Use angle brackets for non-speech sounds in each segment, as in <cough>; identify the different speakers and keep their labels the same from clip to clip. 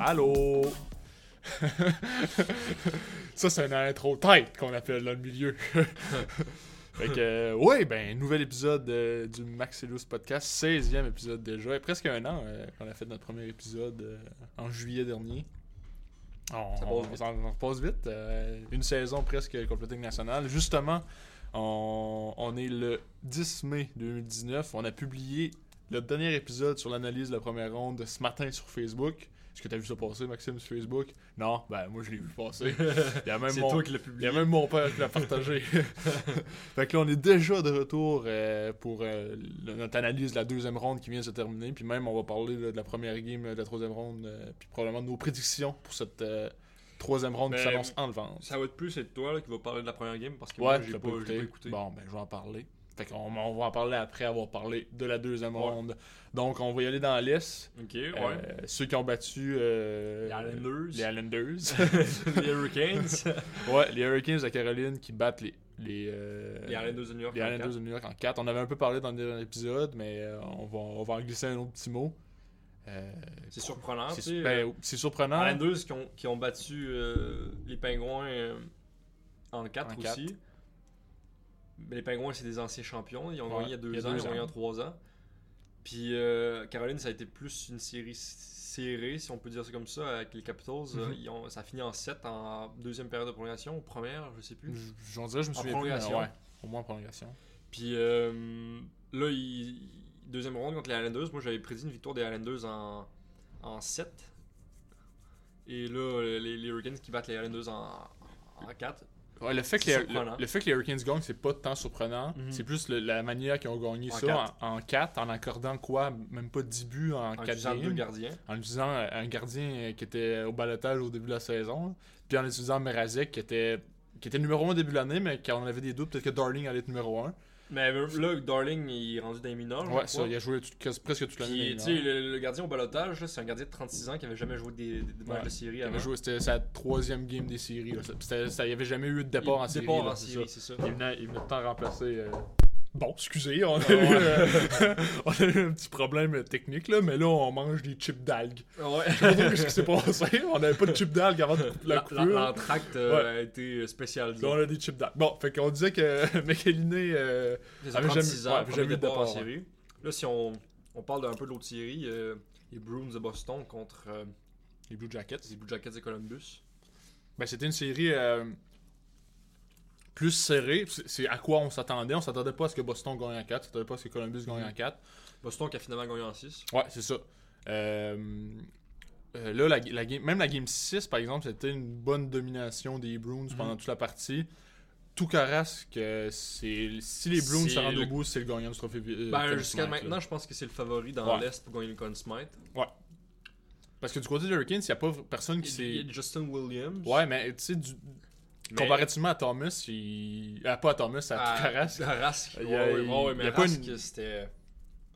Speaker 1: Allô? <laughs> ça, c'est un intro tête qu'on appelle dans le
Speaker 2: <laughs>
Speaker 1: milieu. fait que, euh, ouais, ben, nouvel épisode euh, du Maxilus Podcast, 16e épisode déjà. Et presque un an euh, qu'on a fait notre premier épisode euh, en juillet dernier. On,
Speaker 2: Ça passe
Speaker 1: on-
Speaker 2: vite.
Speaker 1: on s'en- on passe vite. euh, une saison presque complète nationale. Justement, on, on est le 10 mai 2019. On a publié le dernier épisode sur l'analyse de la première ronde ce matin sur Facebook. Est-ce que t'as vu ça passer, Maxime, sur Facebook? Non, ben moi je l'ai vu passer. Il y a même
Speaker 2: C'est
Speaker 1: mon-
Speaker 2: toi qui l'as
Speaker 1: il y
Speaker 2: publié.
Speaker 1: a même mon père qui l'a
Speaker 2: <laughs>
Speaker 1: partagé. fait que là, on est déjà de retour euh, pour euh, le- notre analyse de la deuxième ronde qui vient de se terminer. Puis même, on va parler là, de la première game euh, de la troisième ronde. euh, puis probablement de nos prédictions pour cette euh, troisième ronde qui
Speaker 2: Ben,
Speaker 1: s'annonce en levant.
Speaker 2: Ça va être plus, c'est toi là, qui va parler de la première game parce que
Speaker 1: Ouais,
Speaker 2: moi,
Speaker 1: je
Speaker 2: j'ai
Speaker 1: l'ai
Speaker 2: pas,
Speaker 1: pas,
Speaker 2: j'ai
Speaker 1: écouté.
Speaker 2: pas écouté.
Speaker 1: Bon, ben je vais en parler. Fait qu'on on va en parler après avoir parlé de la deuxième
Speaker 2: Ouais.
Speaker 1: ronde. Donc, on va y aller dans la liste.
Speaker 2: Ok, ouais.
Speaker 1: Euh, ceux qui ont battu euh,
Speaker 2: les Islanders,
Speaker 1: les Islanders.
Speaker 2: <laughs>
Speaker 1: <laughs>
Speaker 2: les Hurricanes,
Speaker 1: Ouais, les Hurricanes de Caroline qui battent les. Les, euh,
Speaker 2: les Islanders de New York.
Speaker 1: les
Speaker 2: en
Speaker 1: Islanders de New York en 4. On avait un peu parlé dans le dernier épisode, mais euh, on, va, on va en glisser un autre petit mot. Euh,
Speaker 2: quatre. C'est surprenant, tu
Speaker 1: c'est
Speaker 2: sais.
Speaker 1: su-
Speaker 2: euh,
Speaker 1: ben, c'est surprenant.
Speaker 2: Islanders qui ont, qui ont battu euh, les Pingouins euh, en 4
Speaker 1: En quatre.
Speaker 2: aussi. Mais les Pingouins, c'est des anciens champions. Ils ont
Speaker 1: Ouais,
Speaker 2: gagné il y a deux ans, ils ont gagné en trois ans. Puis euh, Caroline, ça a été plus une série serrée, si on peut dire ça comme ça, avec les Capitals. Euh,
Speaker 1: Mhm.
Speaker 2: ils ont- ça a fini en 7 en deuxième période de prolongation, ou première, je sais plus.
Speaker 1: J- J'en dirais, je me
Speaker 2: En
Speaker 1: souviens plus. mais
Speaker 2: prolongation.
Speaker 1: ouais, au moins en prolongation.
Speaker 2: Puis euh, là, il- deuxième ronde contre les Islanders. Moi, j'avais prédit une victoire des Islanders en, en 7. Et là, euh, les, les Hurricanes qui battent les Islanders en, en 4.
Speaker 1: Ouais, le, fait que
Speaker 2: C'est
Speaker 1: les, le,
Speaker 2: surprenant.
Speaker 1: le fait que les Hurricanes gagnent, c'est pas tant surprenant.
Speaker 2: Mhm.
Speaker 1: C'est plus le- la manière qu'ils ont gagné
Speaker 2: En
Speaker 1: ça
Speaker 2: quatre.
Speaker 1: en 4, en, accordant quoi Même pas 10 buts en
Speaker 2: En
Speaker 1: 4
Speaker 2: utilisant deux
Speaker 1: games.
Speaker 2: gardiens.
Speaker 1: en utilisant euh, un gardien euh, qui était au balotage au début de la saison, là, puis en utilisant Merazek qui était qui était numéro 1 au début de l'année, mais quand on avait des doutes, peut-être que Darling allait être numéro 1.
Speaker 2: Mais euh, là, Darling, il est rendu dans les mineurs. je
Speaker 1: Ouais,
Speaker 2: crois.
Speaker 1: ça, il a joué tout- quasi- presque toute l'année.
Speaker 2: Puis,
Speaker 1: l'année
Speaker 2: tu sais,
Speaker 1: dernière.
Speaker 2: le, le gardien au balotage, là, c'est un gardien de 36 ans qui avait jamais joué des, des matchs
Speaker 1: Ouais.
Speaker 2: de série
Speaker 1: Il
Speaker 2: avant.
Speaker 1: avait joué, c'était sa troisième game des séries. là. C'était- ça- il n'y avait jamais eu de
Speaker 2: Il-
Speaker 1: départ en série.
Speaker 2: départ
Speaker 1: là,
Speaker 2: en
Speaker 1: c'est
Speaker 2: série,
Speaker 1: ça.
Speaker 2: c'est ça.
Speaker 1: Il venait, il venait de temps remplacer. euh, Bon, excusez, on a,
Speaker 2: Ah
Speaker 1: eu,
Speaker 2: ouais.
Speaker 1: euh, <laughs> on a eu un petit problème euh, technique, là, mais là, on mange des chips d'algues.
Speaker 2: Ah Ouais.
Speaker 1: Je sais pas trop ce qui s'est passé. On n'avait pas de chips d'algues avant de couper <laughs> la
Speaker 2: La- la-
Speaker 1: coupure.
Speaker 2: L'entracte euh, a été spécial.
Speaker 1: Là, on a des chips d'algues. Bon, fait qu'on disait que <laughs> McEliné. euh,
Speaker 2: Ils
Speaker 1: Avait
Speaker 2: ont 36
Speaker 1: jamais-
Speaker 2: ans,
Speaker 1: ouais,
Speaker 2: premier
Speaker 1: jamais eu de
Speaker 2: départ en
Speaker 1: départ,
Speaker 2: série. Là, si on, on parle d'un peu de l'autre série, euh, les Bruins de Boston contre euh,
Speaker 1: les Blue Jackets.
Speaker 2: les Blue Jackets de Columbus.
Speaker 1: Ben, c'était une série euh, plus serrée. C'est c'est à quoi on s'attendait. On s'attendait pas à ce que Boston gagne en 4. On s'attendait pas à ce que Columbus gagne
Speaker 2: Mm-hmm.
Speaker 1: en 4.
Speaker 2: Boston qui a finalement gagné en 6.
Speaker 1: Ouais, c'est ça. Euh, euh, là, la, la game, même la game 6, par exemple, c'était une bonne domination des
Speaker 2: Mm-hmm.
Speaker 1: Bruins pendant toute la partie. Tout carasque, euh, c'est si les Bruins
Speaker 2: C'est
Speaker 1: se rendent
Speaker 2: le-
Speaker 1: au bout, c'est le gagnant du trophée. euh,
Speaker 2: Ben,
Speaker 1: Conn
Speaker 2: jusqu'à
Speaker 1: Smythe, là.
Speaker 2: maintenant, je pense que c'est le favori dans
Speaker 1: Ouais.
Speaker 2: l'Est pour gagner le Conn Smythe.
Speaker 1: Parce que du côté des Hurricanes, il n'y a pas personne qui
Speaker 2: Il
Speaker 1: s'est.
Speaker 2: y a Justin Williams.
Speaker 1: Ouais, mais tu sais, du...
Speaker 2: mais-
Speaker 1: comparativement à Thomas, il. Ah, pas à Thomas, à,
Speaker 2: à
Speaker 1: Tout carasque.
Speaker 2: Rask.
Speaker 1: Il
Speaker 2: Ouais,
Speaker 1: y a-
Speaker 2: ouais, ouais,
Speaker 1: il
Speaker 2: mais
Speaker 1: y a pas
Speaker 2: Rask,
Speaker 1: une-
Speaker 2: c'était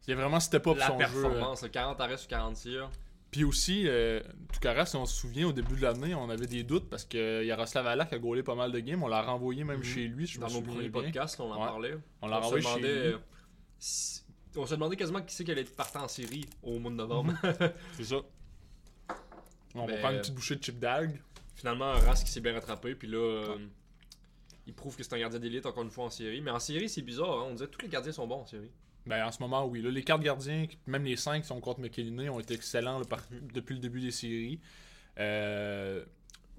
Speaker 1: Il y a vraiment step up
Speaker 2: la
Speaker 1: son jeu.
Speaker 2: performance. le 40 arrêts sur 40 tirs.
Speaker 1: Puis aussi, euh, Toucaras, si on se souvient, au début de l'année, on avait des doutes parce que Yaroslav Alak a gaulé pas mal de games. On l'a renvoyé même
Speaker 2: Mhm.
Speaker 1: chez lui, si je
Speaker 2: Dans
Speaker 1: me
Speaker 2: nos
Speaker 1: souviens
Speaker 2: premiers
Speaker 1: bien.
Speaker 2: podcasts, on en
Speaker 1: Ouais.
Speaker 2: parlait.
Speaker 1: On l'a renvoyé chez lui.
Speaker 2: euh, si- On se demandait quasiment qui c'est qui allait être partant en série au mois de novembre.
Speaker 1: C'est ça. On va
Speaker 2: Ben,
Speaker 1: prendre une petite bouchée de chip d'algue.
Speaker 2: Finalement, Rask qui s'est bien rattrapé, puis là, euh, il prouve que c'est un gardien d'élite encore une fois en série. Mais en série, c'est bizarre, hein, on disait que tous les gardiens sont bons en série.
Speaker 1: Ben, en ce moment, oui. Là, les quatre gardiens, même les cinq qui sont contre McKinley, ont été excellents là, par- depuis le début des séries. Euh,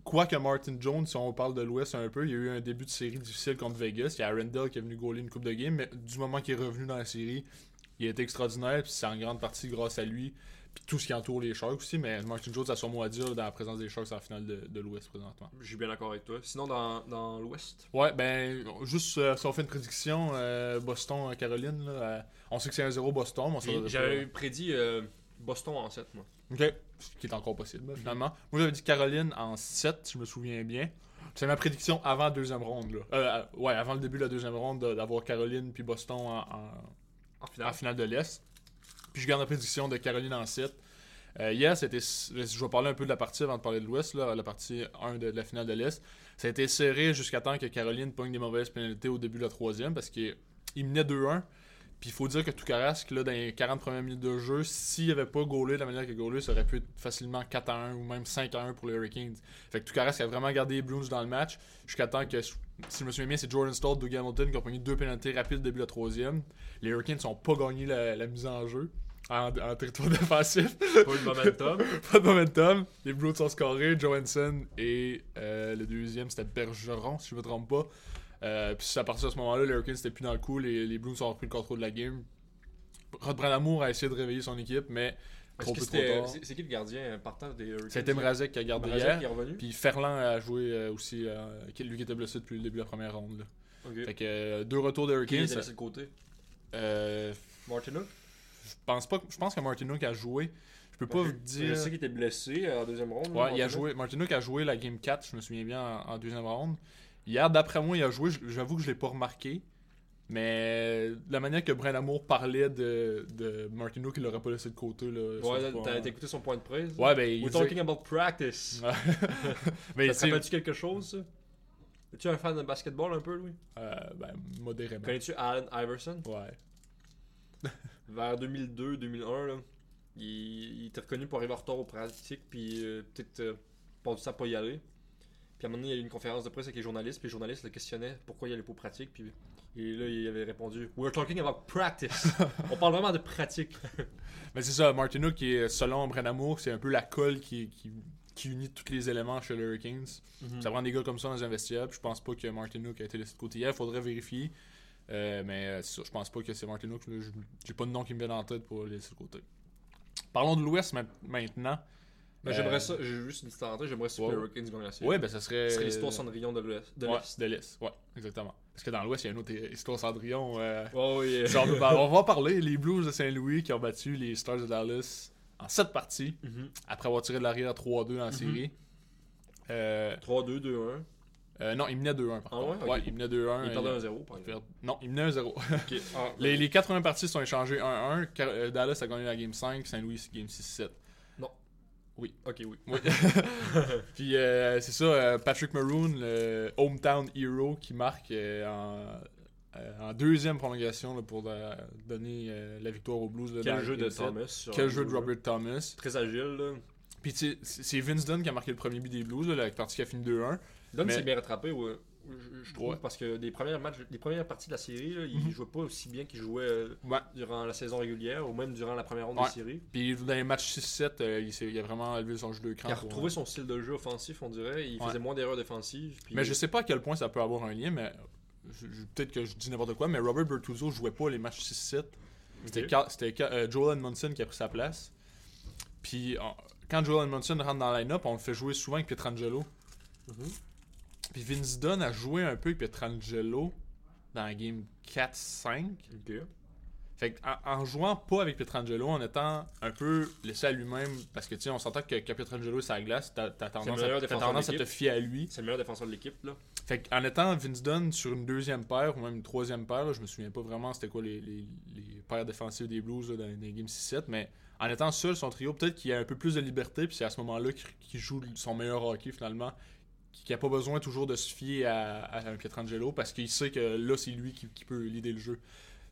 Speaker 1: Quoique Martin Jones, si on parle de l'Ouest un peu, il y a eu un début de série difficile contre Vegas. Il y a Arendelle qui est venu gauler une coupe de game, mais du moment qu'il est revenu dans la série, il a été extraordinaire. Puis c'est en grande partie grâce à lui. Puis tout ce qui entoure les Sharks aussi. Mais Martin Jones a son mot à dire là, dans la présence des Sharks en finale de, de l'Ouest présentement.
Speaker 2: Je suis bien d'accord avec toi. Sinon, dans, dans l'Ouest,
Speaker 1: Ouais, ben, juste euh, si on fait une prédiction, euh, Boston-Caroline, là, euh, on sait que c'est 1-0 Boston, mais on s'attendait pas-
Speaker 2: j'avais prédit euh, Boston en 7, moi.
Speaker 1: Ok. Ce qui est encore possible, là, finalement. Moi, j'avais dit Caroline en 7, si je me souviens bien. C'est ma prédiction avant la deuxième ronde. Là. Euh, euh, ouais, avant le début de la deuxième ronde, de- d'avoir Caroline puis Boston en, en-
Speaker 2: En
Speaker 1: en
Speaker 2: finale.
Speaker 1: finale de l'Est. Puis je garde la prédiction de Caroline en 7. Euh, hier, c'était. Je vais parler un peu de la partie avant de parler de l'Ouest, là, la partie 1 de, de la finale de l'Est. Ça a été serré jusqu'à temps que Caroline pogne des mauvaises pénalités au début de la troisième parce qu'il menait 2-1. Puis il faut dire que Toukaras, là, dans les 40 premières minutes de jeu, s'il n'avait pas gaulé de la manière qu'il a gaulé, ça aurait pu être facilement 4 à 1 ou même 5 à 1 pour les Hurricanes. Fait que Toukaras a vraiment gardé les Blues dans le match jusqu'à temps que, si je me souviens bien, c'est Jordan Stall, Doug Hamilton qui ont pris deux pénalités rapides début de la troisième. Les Hurricanes n'ont pas gagné la, la mise en jeu en, en territoire <laughs> défensif.
Speaker 2: Pas de <laughs> momentum.
Speaker 1: pas de momentum. Les Blues ont scoré, Johansson et euh, le deuxième, c'était Bergeron, si je me trompe pas. Euh, puis à partir de ce moment-là, les Hurricanes n'étaient plus dans le coup, les, les Blues ont repris le contrôle de la game. Rod Brandamour a essayé de réveiller son équipe, mais
Speaker 2: Est-ce
Speaker 1: trop
Speaker 2: que
Speaker 1: peu trop
Speaker 2: c'était- euh,
Speaker 1: tard.
Speaker 2: C'est c'est qui le gardien partant des Hurricanes
Speaker 1: C'était Mrazek qui a gardé
Speaker 2: Mrazek
Speaker 1: hier.
Speaker 2: qui est revenu.
Speaker 1: Puis Ferland a joué euh, aussi, euh, qui- lui qui était blessé depuis le début de la première ronde. là.
Speaker 2: Ok.
Speaker 1: Fait que euh, deux retours des
Speaker 2: Qui
Speaker 1: Hurricanes.
Speaker 2: était laissé de côté
Speaker 1: euh,
Speaker 2: Martinuk
Speaker 1: je pense pas, que- je pense que Martinook a joué. Je peux pas
Speaker 2: Ok.
Speaker 1: vous dire.
Speaker 2: Ben, Je sais qu'il était blessé en deuxième ronde.
Speaker 1: Ouais, il a
Speaker 2: Martinuk.
Speaker 1: joué. Martinook a joué la game 4, je me souviens bien, en, en deuxième round. Hier, d'après moi, il a joué. j- J'avoue que je l'ai pas remarqué. Mais la manière que Brian Amour parlait de, de Martinook, il l'aurait pas laissé de côté. Là, sur le
Speaker 2: Ouais,
Speaker 1: point.
Speaker 2: t'as t'as écouté son point de presse
Speaker 1: Ouais, ben. il
Speaker 2: We're
Speaker 1: disait-
Speaker 2: talking about practice.
Speaker 1: <laughs> Ouais. mais tu
Speaker 2: Ça te
Speaker 1: sais,
Speaker 2: rappelle-tu quelque chose, ça? Es-tu un fan de basketball un peu, Louis?
Speaker 1: euh, ben, modérément.
Speaker 2: Connais-tu Allen Iverson?
Speaker 1: Ouais.
Speaker 2: Vers 2002-2001, là, il, il était reconnu pour arriver en retard aux pratiques, puis euh, peut-être euh, pas du temps pas y aller. Puis à un moment donné, il y a eu une conférence de presse avec les journalistes, puis les journalistes le questionnaient pourquoi il allait pas aux pratiques, puis et là, il avait répondu « We're talking about practice. » <laughs> On parle vraiment de pratique.
Speaker 1: Mais c'est ça, Martinook, qui est, selon Brian Amour, c'est un peu la colle qui, qui, qui unit tous les éléments chez les Hurricanes. Ça prend des gars comme ça dans un vestiaire. puis je pense pas que Martinook a été laissé de côté hier. Faudrait vérifier. Euh, mais euh, c'est ça, je pense pas que c'est Martinook. là. Je- J'ai pas de nom qui me vient en tête pour le laisser de côté. Parlons de l'Ouest ma- maintenant.
Speaker 2: Mais
Speaker 1: Euh,
Speaker 2: j'aimerais ça, j'ai juste une petite parenthèse, j'aimerais ça que
Speaker 1: Ouais.
Speaker 2: les Hurricanes gagnent la série.
Speaker 1: Ouais, ben ça serait.
Speaker 2: Ce serait l'histoire Cendrillon de l'Ouest- de
Speaker 1: Ouais,
Speaker 2: l'Est.
Speaker 1: de l'Est. Ouais, exactement. Parce que dans l'Ouest, il y a une autre histoire Cendrillon.
Speaker 2: <laughs>
Speaker 1: euh,
Speaker 2: Ouais, ouais, euh,
Speaker 1: <laughs> genre, ben, on va en parler. Les Blues de Saint-Louis qui ont battu les Stars de Dallas en 7 parties
Speaker 2: mhm.
Speaker 1: après avoir tiré de l'arrière à 3-2
Speaker 2: Mm-hmm.
Speaker 1: en série. Euh,
Speaker 2: 3-2, 2-1.
Speaker 1: euh, non, il menait 2-1 par
Speaker 2: Ah
Speaker 1: contre.
Speaker 2: ouais, ok.
Speaker 1: il menait 2-1.
Speaker 2: Il
Speaker 1: et-
Speaker 2: perdait 1-0, par
Speaker 1: Ils
Speaker 2: exemple.
Speaker 1: perdent- Non, il menait 1-0.
Speaker 2: Ok. Ah,
Speaker 1: les, les 80 parties sont échangées 1-1. Car- euh, Dallas a gagné la game 5, Saint-Louis game 6-7.
Speaker 2: Ok, oui. <laughs>
Speaker 1: Oui. Puis euh, c'est ça, euh, Patrick Maroon, le hometown hero, qui marque euh, en, euh, en deuxième prolongation là, pour euh, donner euh, la victoire aux Blues. là, dans
Speaker 2: Quel
Speaker 1: le
Speaker 2: jeu
Speaker 1: game
Speaker 2: de
Speaker 1: sept.
Speaker 2: Thomas. sur
Speaker 1: Quel
Speaker 2: un
Speaker 1: jeu de
Speaker 2: là.
Speaker 1: Robert Thomas.
Speaker 2: Très agile, là.
Speaker 1: Puis tu sais, c'est c'est Vince Dunn qui a marqué le premier but des Blues, là, la partie qui a fini 2-1.
Speaker 2: Dunn
Speaker 1: Mais-
Speaker 2: s'est bien rattrapé, ouais. Je, je trouve,
Speaker 1: Ouais.
Speaker 2: parce que les premières, matchs, les premières parties de la série, là, il
Speaker 1: Mhm.
Speaker 2: jouait pas aussi bien qu'il jouait euh,
Speaker 1: Ouais.
Speaker 2: durant la saison régulière ou même durant la première ronde
Speaker 1: Ouais.
Speaker 2: de série.
Speaker 1: Puis dans les matchs 6-7, euh, il, s'est- il a vraiment élevé son jeu de cran.
Speaker 2: Il a
Speaker 1: pour, euh,
Speaker 2: retrouvé son style de jeu offensif, on dirait. Il
Speaker 1: Ouais.
Speaker 2: faisait moins d'erreurs défensives. puis-
Speaker 1: Mais je sais pas à quel point ça peut avoir un lien, mais je- je- peut-être que je dis n'importe quoi, mais Robert Bertuzzo jouait pas les matchs 6-7.
Speaker 2: Ok.
Speaker 1: C'était Cal- C'était Ca- euh, Joel Edmondson qui a pris sa place. Puis en- quand Joel Edmondson rentre dans le line-up, on le fait jouer souvent avec Pietrangelo.
Speaker 2: Mhm.
Speaker 1: Puis Vince Dunn a joué un peu avec Pietrangelo dans la game 4-5.
Speaker 2: Ok.
Speaker 1: Fait que en, en jouant pas avec Pietrangelo, en étant un peu laissé à lui-même, parce que tu sais, on s'entend que quand Pietrangelo est sur la glace, t'as t'as tendance, à,
Speaker 2: meilleur
Speaker 1: t'as
Speaker 2: défenseur
Speaker 1: tendance à
Speaker 2: de
Speaker 1: te fier à lui.
Speaker 2: C'est le meilleur défenseur de l'équipe, là.
Speaker 1: Fait qu'en étant Vince Dunn sur une deuxième paire ou même une troisième paire, là, je me souviens pas vraiment c'était quoi les, les, les paires défensives des Blues là, dans les- dans les games 6-7, mais en étant seul, son trio, peut-être qu'il a un peu plus de liberté, puis c'est à ce moment-là qu'il qu'il joue son meilleur hockey finalement, qu'il n'a pas besoin toujours de se fier à, à un Pietrangelo parce qu'il sait que là, c'est lui qui, qui peut l'idée le jeu.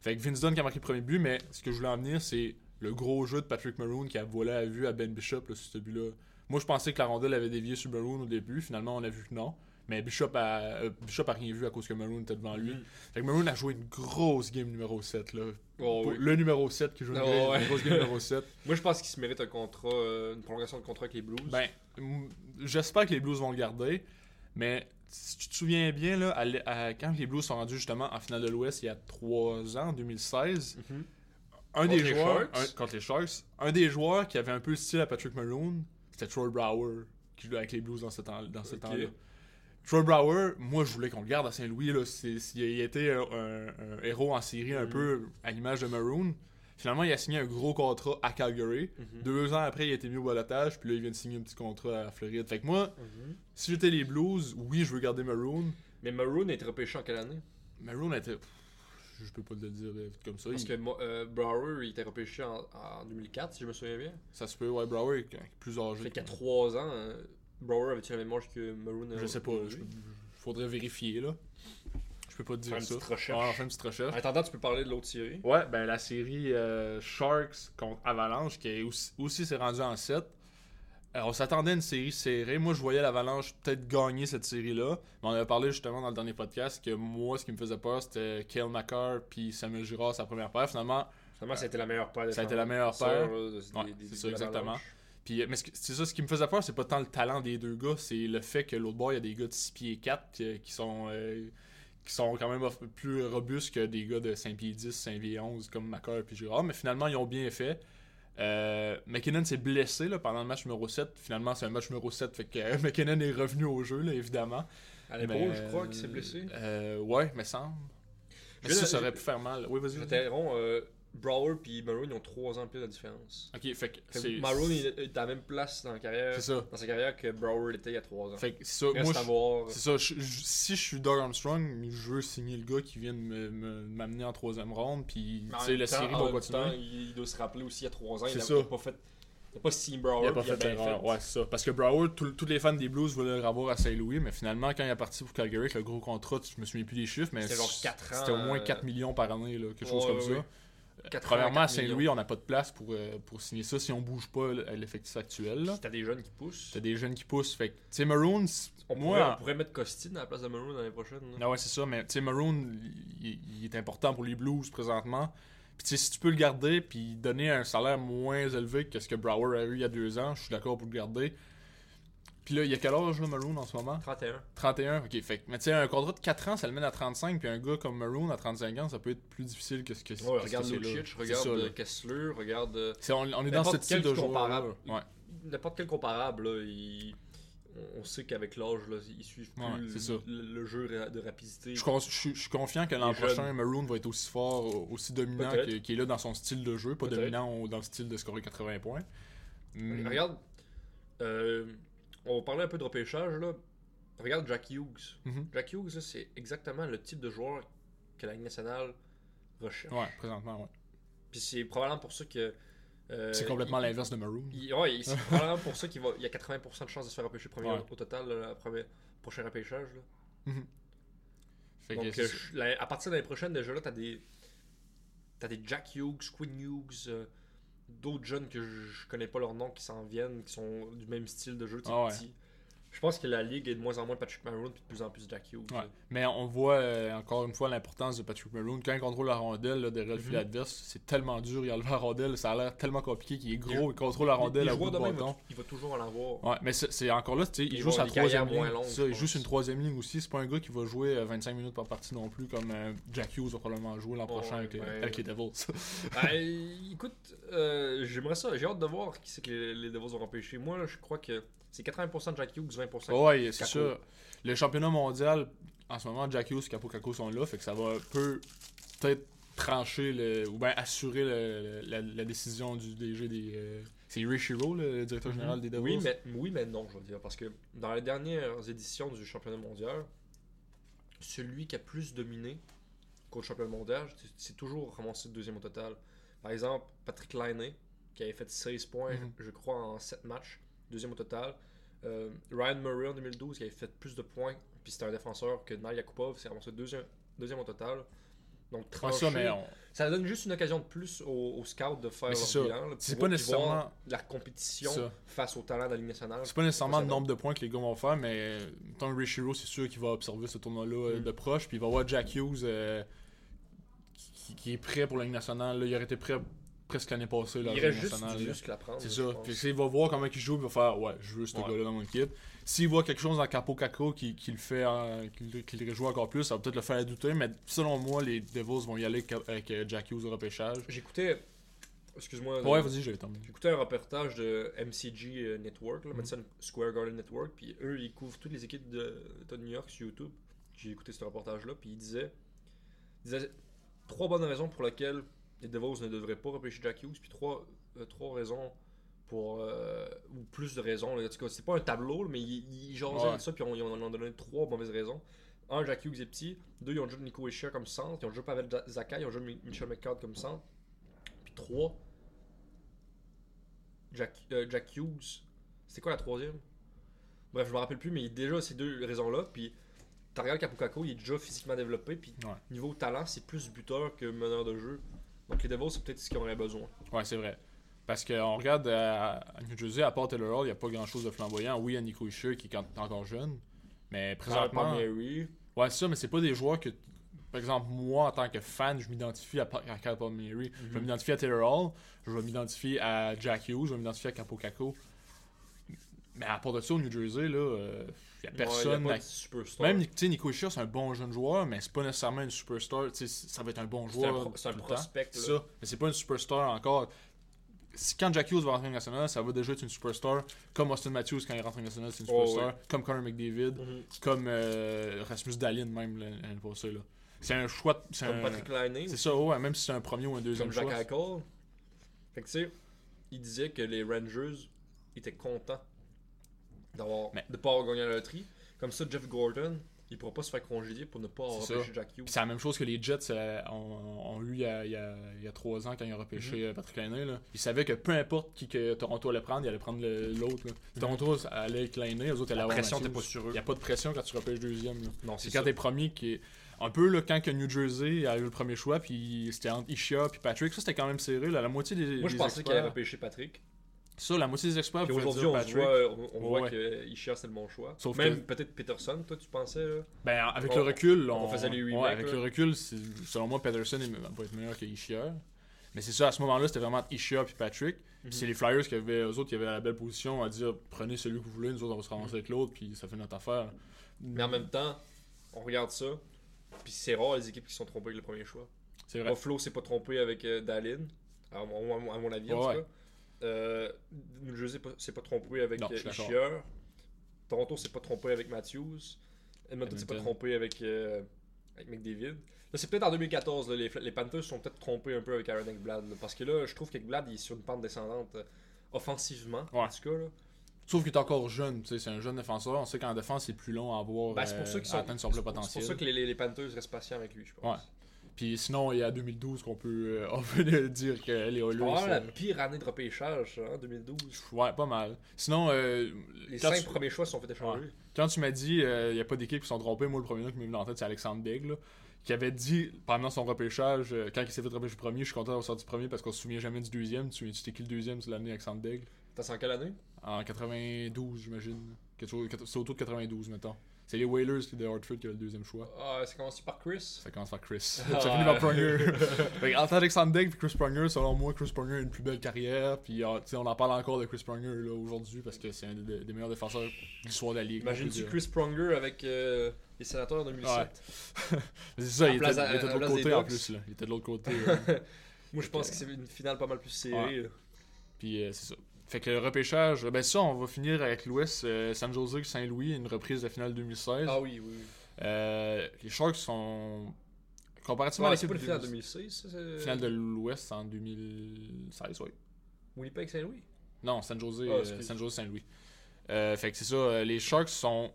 Speaker 1: Fait que Vince Dunn qui a marqué le premier but, mais ce que je voulais en venir, c'est le gros jeu de Patrick Maroon qui a volé à vue à Ben Bishop là, sur ce but-là. Moi, je pensais que la rondelle avait dévié sur Maroon au début, finalement, on a vu que non. Mais Bishop a, euh, Bishop a rien vu à cause que Maroon était devant lui.
Speaker 2: Mhm.
Speaker 1: Fait que Maroon a joué une grosse game numéro 7. Là.
Speaker 2: Oh,
Speaker 1: Pour-
Speaker 2: oui.
Speaker 1: Le numéro 7 qui joue une,
Speaker 2: Oh,
Speaker 1: gra-
Speaker 2: ouais.
Speaker 1: une grosse game numéro 7.
Speaker 2: Moi, je pense qu'il se mérite un contrat, euh, une prolongation de contrat avec les Blues.
Speaker 1: Ben, m- j'espère que les Blues vont le garder. Mais si tu te souviens bien, là, à l- à- quand les Blues sont rendus justement en finale de l'Ouest il y a 3 ans, en 2016,
Speaker 2: Mhm.
Speaker 1: un
Speaker 2: Contre
Speaker 1: des
Speaker 2: les
Speaker 1: joueurs
Speaker 2: Sharks?
Speaker 1: un- contre les Sharks, un des joueurs qui avait un peu le style à Patrick Maroon, c'était Troy Brower qui jouait avec les Blues dans ce temps dans ce
Speaker 2: Ok.
Speaker 1: temps-là. Troy Brower, moi je voulais qu'on le garde à Saint-Louis là, c'est- c'est- il a été euh, un, un- un héros en série un
Speaker 2: Mhm.
Speaker 1: peu à l'image de Maroon. Finalement, il a signé un gros contrat à Calgary.
Speaker 2: Mhm.
Speaker 1: Deux ans après, il a été mis au balotage, puis là, il vient de signer un petit contrat à Floride. Fait que moi,
Speaker 2: Mhm.
Speaker 1: si j'étais les Blues, oui, je veux garder Maroon.
Speaker 2: Mais Maroon est repêché en quelle année
Speaker 1: Maroon était. pff, Je peux pas te le dire euh, vite comme ça.
Speaker 2: Parce
Speaker 1: Il-
Speaker 2: que mo- euh, Brower, il était repêché en, en 2004, si je me souviens bien.
Speaker 1: Ça se peut, ouais, Brower est plus âgé.
Speaker 2: Fait qu'à 3 ans, euh, Brower avait-tu la même âge que Maroon
Speaker 1: Je sais pas,
Speaker 2: aujourd'hui?
Speaker 1: je- faudrait vérifier là. Je peux peux pas te dire
Speaker 2: Faire une
Speaker 1: ça.
Speaker 2: petite
Speaker 1: Ouais,
Speaker 2: recherche.
Speaker 1: on fait une petite recherche.
Speaker 2: En attendant, tu peux parler de l'autre série.
Speaker 1: Ouais, ben la série euh, Sharks contre Avalanche, qui est aussi, aussi s'est rendue en 7. Alors, on s'attendait à une série serrée. Moi, je voyais l'Avalanche peut-être gagner cette série-là. Mais on avait parlé justement dans le dernier podcast que moi, ce qui me faisait peur, c'était Kale McCarr puis Samuel Girard, sa première paire. Finalement,
Speaker 2: Finalement, ça a été la meilleure paire. de
Speaker 1: Ça a été
Speaker 2: temps.
Speaker 1: la meilleure
Speaker 2: Sœur,
Speaker 1: paire.
Speaker 2: là, de- des-
Speaker 1: Ouais,
Speaker 2: des-
Speaker 1: c'est
Speaker 2: des-
Speaker 1: ça,
Speaker 2: de l'Avalanche.
Speaker 1: Puis, euh, mais ce que- c'est ça, ce qui me faisait peur, c'est pas tant le talent des deux gars, c'est le fait que l'autre bord, il y a des gars de 6 pieds 4 qui, qui sont, euh, qui sont quand même off- plus robustes que des gars de 5 pieds 10, 5 pieds 11, comme Macker et Girard. Mais finalement, ils ont bien fait. Euh, McKinnon s'est blessé là, pendant le match numéro 7. Finalement, c'est un match numéro 7, fait que euh, <laughs> McKinnon est revenu au jeu, là, évidemment.
Speaker 2: À
Speaker 1: Mais,
Speaker 2: l'épaule, je crois,
Speaker 1: euh,
Speaker 2: qu'il s'est blessé.
Speaker 1: euh, ouais, me semble. Mais
Speaker 2: Je
Speaker 1: ça,
Speaker 2: viens
Speaker 1: ça
Speaker 2: de-
Speaker 1: aurait pu faire mal. Oui, vas-y.
Speaker 2: Je
Speaker 1: vas-y.
Speaker 2: t'interromps, euh, Brower puis Maroon, ils ont 3 ans de plus de différence.
Speaker 1: Ok, fait que
Speaker 2: Fait que
Speaker 1: c'est.
Speaker 2: Maroon il est à la même place dans, la carrière,
Speaker 1: C'est ça.
Speaker 2: dans sa carrière que Brower était il y a 3 ans.
Speaker 1: Fait que ça,
Speaker 2: Reste
Speaker 1: moi,
Speaker 2: à
Speaker 1: je-
Speaker 2: voir.
Speaker 1: C'est ça, je- je- si je suis Doug Armstrong, je veux signer le gars qui vient de me- me- m'amener en troisième ronde, puis
Speaker 2: Mais en
Speaker 1: tu sais,
Speaker 2: même
Speaker 1: la
Speaker 2: temps,
Speaker 1: série
Speaker 2: en
Speaker 1: va
Speaker 2: même temps,
Speaker 1: continuer.
Speaker 2: il, il doit se rappeler aussi il y a 3 ans, il
Speaker 1: C'est
Speaker 2: n'a
Speaker 1: ça.
Speaker 2: il a pas fait. Il n'a pas signé Brower.
Speaker 1: Il a pas
Speaker 2: puis
Speaker 1: fait
Speaker 2: bien
Speaker 1: l'erreur,
Speaker 2: fait.
Speaker 1: ouais, c'est ça. Parce que Broward, tout- tous les fans des Blues voulaient le revoir à Saint-Louis, mais finalement, quand il est parti pour Calgary avec le gros contrat, tu- je me souviens plus des chiffres, mais
Speaker 2: C'était genre
Speaker 1: c-
Speaker 2: quatre ans,
Speaker 1: c'était au moins
Speaker 2: euh,
Speaker 1: 4 millions par année, là, quelque chose
Speaker 2: Ouais,
Speaker 1: comme
Speaker 2: ouais,
Speaker 1: ça.
Speaker 2: ouais. Quatre
Speaker 1: Premièrement,
Speaker 2: ans,
Speaker 1: à
Speaker 2: quatre
Speaker 1: Saint-Louis,
Speaker 2: millions.
Speaker 1: on n'a pas de place pour, euh, pour signer ça si on bouge pas l- à l'effectif actuel. là.
Speaker 2: Puis T'as des jeunes qui poussent.
Speaker 1: T'as des jeunes qui poussent, fait que, tu sais, Maroons,
Speaker 2: On,
Speaker 1: moi,
Speaker 2: pourrait, on pourrait mettre Costine à la place de Maroon l'année prochaine. là.
Speaker 1: Ah ouais, c'est ça, mais tu sais, Maroon, il, il est important pour les Blues présentement. Puis tu sais, si tu peux le garder puis donner un salaire moins élevé que ce que Brower a eu il y a deux ans, je suis d'accord pour le garder. Puis là, il y a quel âge là, Maroon en ce moment
Speaker 2: 31.
Speaker 1: 31, ok. Fait que- mais tu sais, un contrat de 4 ans, ça le mène à 35, puis un gars comme Maroon à 35 ans, ça peut être plus difficile que ce que, que ce que
Speaker 2: Ouais, regarde
Speaker 1: c'est. là.
Speaker 2: Lucic,
Speaker 1: C'est
Speaker 2: regarde
Speaker 1: ça, là.
Speaker 2: euh, Kessler, regarde. euh,
Speaker 1: C'est- on, on est dans ce
Speaker 2: N'importe
Speaker 1: type
Speaker 2: quel
Speaker 1: de joueur.
Speaker 2: comparable.
Speaker 1: là. Ouais.
Speaker 2: N'importe quel comparable, là, il- on- on sait qu'avec l'âge, là, ils suivent plus
Speaker 1: Ouais,
Speaker 2: le-
Speaker 1: c'est ça.
Speaker 2: Le, le jeu ra- de rapidité.
Speaker 1: Je, con- je suis- je suis confiant que l'an
Speaker 2: Les jeunes.
Speaker 1: prochain, Maroon va être aussi fort, aussi dominant
Speaker 2: Peut-être.
Speaker 1: que- qu'il est là dans son style de jeu, pas
Speaker 2: Peut-être.
Speaker 1: dominant au- dans le style de scorer 80 points.
Speaker 2: Mais
Speaker 1: Mm.
Speaker 2: Regarde, euh, on va parler un peu de repêchage, là. Regarde Jack Hughes.
Speaker 1: Mhm.
Speaker 2: Jack Hughes, là, c'est exactement le type de joueur que la Ligue nationale recherche.
Speaker 1: Mm. Ouais, présentement, ouais.
Speaker 2: Puis c'est probablement pour ça que. euh,
Speaker 1: C'est complètement
Speaker 2: il-
Speaker 1: l'inverse de Maroon.
Speaker 2: il-
Speaker 1: <laughs>
Speaker 2: ouais, il- c'est probablement pour ça qu'il va, il y a 80% de chances de se faire repêcher premier
Speaker 1: Ouais.
Speaker 2: au total, là, le premier- prochain repêchage. là.
Speaker 1: Fait que
Speaker 2: Donc,
Speaker 1: c'est
Speaker 2: euh,
Speaker 1: ça.
Speaker 2: je- la- à partir de l'année prochaine, déjà là, t'as des. T'as des Jack Hughes, Quinn Hughes, euh, d'autres jeunes que je, je connais pas leur nom qui s'en viennent, qui sont du même style de jeu, tu sais,
Speaker 1: Ah ouais.
Speaker 2: petits. Je pense que la ligue est de moins en moins Patrick Maroon puis de plus en plus Jack Hughes.
Speaker 1: Ouais.
Speaker 2: là.
Speaker 1: Mais on voit euh, encore une fois l'importance de Patrick Maroon. Quand il contrôle la rondelle là, derrière le filet
Speaker 2: Mhm.
Speaker 1: adverse, c'est tellement dur. Il enlève la rondelle, ça a l'air tellement compliqué qu'il est
Speaker 2: Il-
Speaker 1: gros, il contrôle la
Speaker 2: Les- les
Speaker 1: rondelle à bout
Speaker 2: joueurs
Speaker 1: de
Speaker 2: de même, il va
Speaker 1: bâton. Ah.
Speaker 2: tou- il va toujours en avoir.
Speaker 1: Ouais, mais c'est c'est encore là, tu sais, il
Speaker 2: Ils
Speaker 1: joue
Speaker 2: vont-
Speaker 1: sur la
Speaker 2: les carrières
Speaker 1: troisième ligne.
Speaker 2: moins longues,
Speaker 1: Ça,
Speaker 2: je
Speaker 1: il joue sur
Speaker 2: pense.
Speaker 1: une troisième ligne aussi. C'est pas un gars qui va jouer euh, 25 minutes par partie non plus, comme euh, Jack Hughes va probablement jouer l'an
Speaker 2: Ouais,
Speaker 1: prochain avec, les,
Speaker 2: ouais.
Speaker 1: avec les
Speaker 2: <laughs>
Speaker 1: Devils.
Speaker 2: Ben, écoute, euh, j'aimerais ça. J'ai hâte de voir qui c'est que les, les Devils ont empêché. Moi, là, je crois que c'est 80% Jack Hughes, 20%
Speaker 1: ouais, c'est
Speaker 2: Kako.
Speaker 1: sûr. Le championnat mondial, en ce moment, Jack Hughes et Capo Caco sont là, fait que ça va peu peut-être trancher le, ou bien assurer le- la, la décision du DG des. euh, c'est Rishiro, le directeur général des Devils.
Speaker 2: Mhm. Oui mais, oui, mais non, je veux dire, parce que dans les dernières éditions du championnat mondial, celui qui a plus dominé qu'au championnat mondial, c'est- c'est toujours ramassé deuxième au total. Par exemple, Patrick Lainé, qui avait fait 16 points,
Speaker 1: Mhm.
Speaker 2: je crois, en 7 matchs, deuxième au total. Euh, Ryan Murray en 2012, qui avait fait plus de points, puis c'était un défenseur que Nail Yakupov, s'est ramassé deuxième, deuxième au total. Donc,
Speaker 1: Ouais, Ah, ça,
Speaker 2: tranché,
Speaker 1: mais on-
Speaker 2: ça donne juste une occasion de plus aux, aux scouts de faire
Speaker 1: Mais
Speaker 2: leur
Speaker 1: c'est ça.
Speaker 2: bilan. là,
Speaker 1: C'est pas
Speaker 2: pour qu'ils voient
Speaker 1: nécessairement-
Speaker 2: la compétition
Speaker 1: Ça.
Speaker 2: face au talent de la Ligue nationale.
Speaker 1: c'est pas nécessairement
Speaker 2: Ça
Speaker 1: le
Speaker 2: donne-
Speaker 1: nombre de points que les gars vont faire, mais euh, mettons, Rishiro, c'est sûr qu'il va observer ce tournoi-là euh,
Speaker 2: Mm.
Speaker 1: de proche, puis il va voir Jack Hughes euh, qui, qui est prêt pour la Ligue nationale. là. il aurait été prêt presque l'année passée.
Speaker 2: Il
Speaker 1: Là, à la
Speaker 2: reste
Speaker 1: Ligue
Speaker 2: juste
Speaker 1: nationale,
Speaker 2: du
Speaker 1: là.
Speaker 2: muscle à prendre.
Speaker 1: C'est
Speaker 2: je
Speaker 1: ça.
Speaker 2: pense.
Speaker 1: Fait que s'il va voir comment il joue, il va faire Ouais, je veux ce
Speaker 2: Ouais.
Speaker 1: gars-là dans mon équipe. S'il voit quelque chose dans Capo Caco qui, qui le fait en- qui, le- qui le réjouit encore plus, ça va peut-être le faire douter, mais selon moi, les Devils vont y aller ca- avec euh, Jack Hughes au repêchage.
Speaker 2: J'écoutais. Excuse-moi.
Speaker 1: Ouais,
Speaker 2: euh,
Speaker 1: vas-y, j'ai terminé.
Speaker 2: J'écoutais un reportage de MCG euh, Network, là,
Speaker 1: Mhm.
Speaker 2: Madison Square Garden Network, puis eux, ils couvrent toutes les équipes de, de New York sur YouTube. J'ai écouté ce reportage-là, puis ils disaient, ils disaient trois bonnes raisons pour lesquelles les Devils ne devraient pas repêcher Jack Hughes, puis trois, euh, trois raisons pour. euh, ou plus de raisons. là. En tout cas, c'est pas un tableau, là, mais ils, ils jasaient
Speaker 1: Ouais.
Speaker 2: de ça, puis on- ils en ont donné trois mauvaises raisons. Un, Jack Hughes est petit. Deux, ils ont joué Nico Escher comme centre. Ils ont joué Pavel Za- Zaka. Ils ont joué Mi- Mitchell McCard comme centre. Puis trois, Jack, euh, Jack Hughes. C'était quoi la troisième Bref, je me rappelle plus, mais déjà ces deux raisons-là. Puis t'as regardé Capocacco, il est déjà physiquement développé, puis
Speaker 1: Ouais.
Speaker 2: niveau talent, c'est plus buteur que meneur de jeu. Donc les Devils, c'est peut-être ce qu'ils auraient besoin.
Speaker 1: Ouais, c'est vrai. Parce qu'on regarde à, à New Jersey, à part Taylor Hall, il n'y a pas grand-chose de flamboyant. Oui, il y a Nico Isher qui est quand- encore jeune. Mais présentement.
Speaker 2: Mary,
Speaker 1: Ouais, c'est ça, mais c'est pas des joueurs que. t- Par exemple, moi, en tant que fan, je m'identifie à, Pa- à Kyle Palmieri. Je vais
Speaker 2: Mhm.
Speaker 1: m'identifier à Taylor Hall. Je vais m'identifier à Jack Hughes. Je vais m'identifier à Capocaco. Mais à part de ça, au New Jersey, là, euh, il n'y a personne. à-
Speaker 2: superstar.
Speaker 1: Même tu sais, Nico Isher, c'est un bon jeune joueur, mais c'est pas nécessairement une superstar. Tu sais, c- Ça va être un bon
Speaker 2: c'est un,
Speaker 1: joueur.
Speaker 2: pro- c'est un
Speaker 1: tout le temps.
Speaker 2: prospect.
Speaker 1: C'est
Speaker 2: là.
Speaker 1: ça. Mais c'est pas une superstar encore. Si- Quand Jack Hughes va rentrer en national, ça va déjà être une superstar. Comme Austin Matthews, quand il rentre en national, c'est une
Speaker 2: Oh,
Speaker 1: superstar. Comme Connor McDavid
Speaker 2: Mhm.
Speaker 1: comme euh, Rasmus Dalin même l'an- l'année passée là. C'est un choix, de- c'est
Speaker 2: Comme
Speaker 1: un,
Speaker 2: Patrick Laine,
Speaker 1: c'est ça ouais, même si c'est un premier ou un deuxième
Speaker 2: comme Jack
Speaker 1: choix.
Speaker 2: Eichel. Fait que tu sais, il disait que les Rangers étaient contents d'avoir
Speaker 1: Mais-
Speaker 2: de pas avoir gagné la loterie. Comme ça, Jeff Gordon, il pourra pas se faire congédier pour ne pas avoir
Speaker 1: C'est
Speaker 2: repêché Jack Hughes.
Speaker 1: Puis c'est la même chose que les Jets euh, ont, ont eu il y, a, il y a- il y a trois ans quand ils ont repêché
Speaker 2: Mm-hmm.
Speaker 1: euh, Patrick Lainé. Là. Ils savaient que peu importe qui que Toronto allait prendre, ils allaient prendre le- l'autre. là. Toronto allait avec Lainé, les autres allaient
Speaker 2: Mm-hmm. La
Speaker 1: avoir
Speaker 2: pression, t'es
Speaker 1: Matthews.
Speaker 2: pas sur
Speaker 1: Il
Speaker 2: eux.
Speaker 1: n'y a pas de pression quand tu repêches deuxième. là.
Speaker 2: Non,
Speaker 1: C'est quand t'es premier qui est. Un peu là, quand que New Jersey a eu le premier choix, puis c'était entre Ishia puis Patrick, ça c'était quand même serré. Là, la moitié des,
Speaker 2: Moi, je
Speaker 1: des
Speaker 2: pensais qu'il allait
Speaker 1: experts.
Speaker 2: repêcher Patrick.
Speaker 1: Ça, la moitié des experts.
Speaker 2: Puis
Speaker 1: voulaient
Speaker 2: aujourd'hui,
Speaker 1: dire
Speaker 2: on
Speaker 1: Patrick.
Speaker 2: voit, on, on
Speaker 1: Ouais,
Speaker 2: voit
Speaker 1: ouais.
Speaker 2: que Ishia, c'est le bon choix.
Speaker 1: Sauf
Speaker 2: Même peut-être Peterson, toi, tu pensais. Là.
Speaker 1: Ben, avec
Speaker 2: On-
Speaker 1: le recul, on,
Speaker 2: on faisait les
Speaker 1: ouais,
Speaker 2: remakes,
Speaker 1: avec
Speaker 2: là.
Speaker 1: le recul, c'est- selon moi, Pedersen va être meilleur que Ishia. Mais c'est ça, à ce moment-là, c'était vraiment Ishia puis Patrick.
Speaker 2: Mhm.
Speaker 1: Puis c'est les Flyers qui avaient, eux autres, qui avaient la belle position à dire prenez celui que vous voulez, nous autres, on va se ramasser avec l'autre, puis ça fait notre affaire.
Speaker 2: Mhm. Mais en même temps, on regarde ça. Puis c'est rare les équipes qui se sont trompées avec le premier choix.
Speaker 1: C'est vrai.
Speaker 2: Buffalo s'est pas trompé avec euh, Dallin, à, mon- à mon- à mon avis en
Speaker 1: Ouais.
Speaker 2: tout cas. Euh, New Jersey pas- s'est pas trompé avec
Speaker 1: Non, je
Speaker 2: euh,
Speaker 1: suis d'accord.
Speaker 2: Ischier. Toronto s'est pas trompé avec Matthews. Edmonton s'est pas
Speaker 1: Edmonton.
Speaker 2: trompé avec, euh, avec McDavid. Là, c'est peut-être en 2014, là, les, Fla- les Panthers se sont peut-être trompés un peu avec Aaron Eckblad. là, parce que là, je trouve qu'Eckblad il est sur une pente descendante euh, offensivement, en
Speaker 1: Ouais.
Speaker 2: tout cas. Là. Ben,
Speaker 1: Sauf qu'il est encore jeune, tu sais, c'est un jeune défenseur. On sait qu'en défense, c'est plus long à avoir
Speaker 2: Ben, c'est pour
Speaker 1: euh,
Speaker 2: ça qu'ils
Speaker 1: à
Speaker 2: sont.
Speaker 1: atteindre son plein
Speaker 2: c'est pour- c'est
Speaker 1: potentiel.
Speaker 2: pour ça que les, les- les Panthers restent patients avec lui, je pense.
Speaker 1: Ouais. Puis sinon, il y a 2012 qu'on peut, euh, <laughs> on peut dire que les Oilers.
Speaker 2: On va avoir la
Speaker 1: euh,
Speaker 2: pire année de repêchage hein, en 2012.
Speaker 1: Ouais, pas mal. Sinon, euh,
Speaker 2: Les
Speaker 1: quand
Speaker 2: cinq
Speaker 1: tu-
Speaker 2: premiers choix se sont fait échanger.
Speaker 1: Quand tu m'as dit euh, il n'y a pas d'équipe qui sont trompées, moi le premier nom qui m'est venu en tête c'est Alexandre Beg là, qui avait dit pendant son repêchage, euh, quand il s'est fait repêcher premier, je suis content d'avoir sorti premier parce qu'on se souvient jamais du deuxième. Tu tu t'es qui le deuxième c'est l'année Alexandre Beg
Speaker 2: T'as en quelle année
Speaker 1: En 92 j'imagine. Quelque chose- quat- C'est autour de 92 mettons. C'est les Whalers qui- de Hartford qui ont le deuxième choix.
Speaker 2: Ah, ça commence par Chris.
Speaker 1: <laughs> Ça commence par
Speaker 2: <laughs>
Speaker 1: Chris. ça finit par Pronger. <laughs> Fait que entre Alexandre Degg et Chris Pronger, selon moi, Chris Pronger a une plus belle carrière. Puis ah, tu sais, on en parle encore de Chris Pronger là, aujourd'hui parce que c'est un des, des meilleurs défenseurs de l'histoire de la Ligue. on peut
Speaker 2: Imagine-tu
Speaker 1: dire.
Speaker 2: Chris Pronger avec euh, les sénateurs en 2007
Speaker 1: C'est ça,
Speaker 2: À
Speaker 1: il était,
Speaker 2: place- à-
Speaker 1: il était
Speaker 2: à
Speaker 1: de l'autre
Speaker 2: place des
Speaker 1: côté en
Speaker 2: Ducks.
Speaker 1: plus. Là. Il était de l'autre côté. euh. <laughs>
Speaker 2: Moi, je
Speaker 1: Ok.
Speaker 2: pense que c'est une finale pas mal plus serrée. là.
Speaker 1: Puis euh, c'est ça. Fait que le repêchage, ben ça, on va finir avec l'Ouest. euh, San Jose, Saint-Louis, une reprise de la finale 2016.
Speaker 2: Ah oui, oui. oui.
Speaker 1: Euh, les Sharks sont. Comparativement
Speaker 2: Non,
Speaker 1: à
Speaker 2: c'est
Speaker 1: l'équipe
Speaker 2: pas une
Speaker 1: de
Speaker 2: finale
Speaker 1: 2000
Speaker 2: 2006, ça, c'est-
Speaker 1: finale de l'Ouest en 2016, oui.
Speaker 2: Winnipeg Saint-Louis.
Speaker 1: Mhm. Non, San Jose,
Speaker 2: Ah,
Speaker 1: euh,
Speaker 2: excuse.
Speaker 1: San Jose, Saint-Louis. Euh, fait que c'est ça. euh, les Sharks sont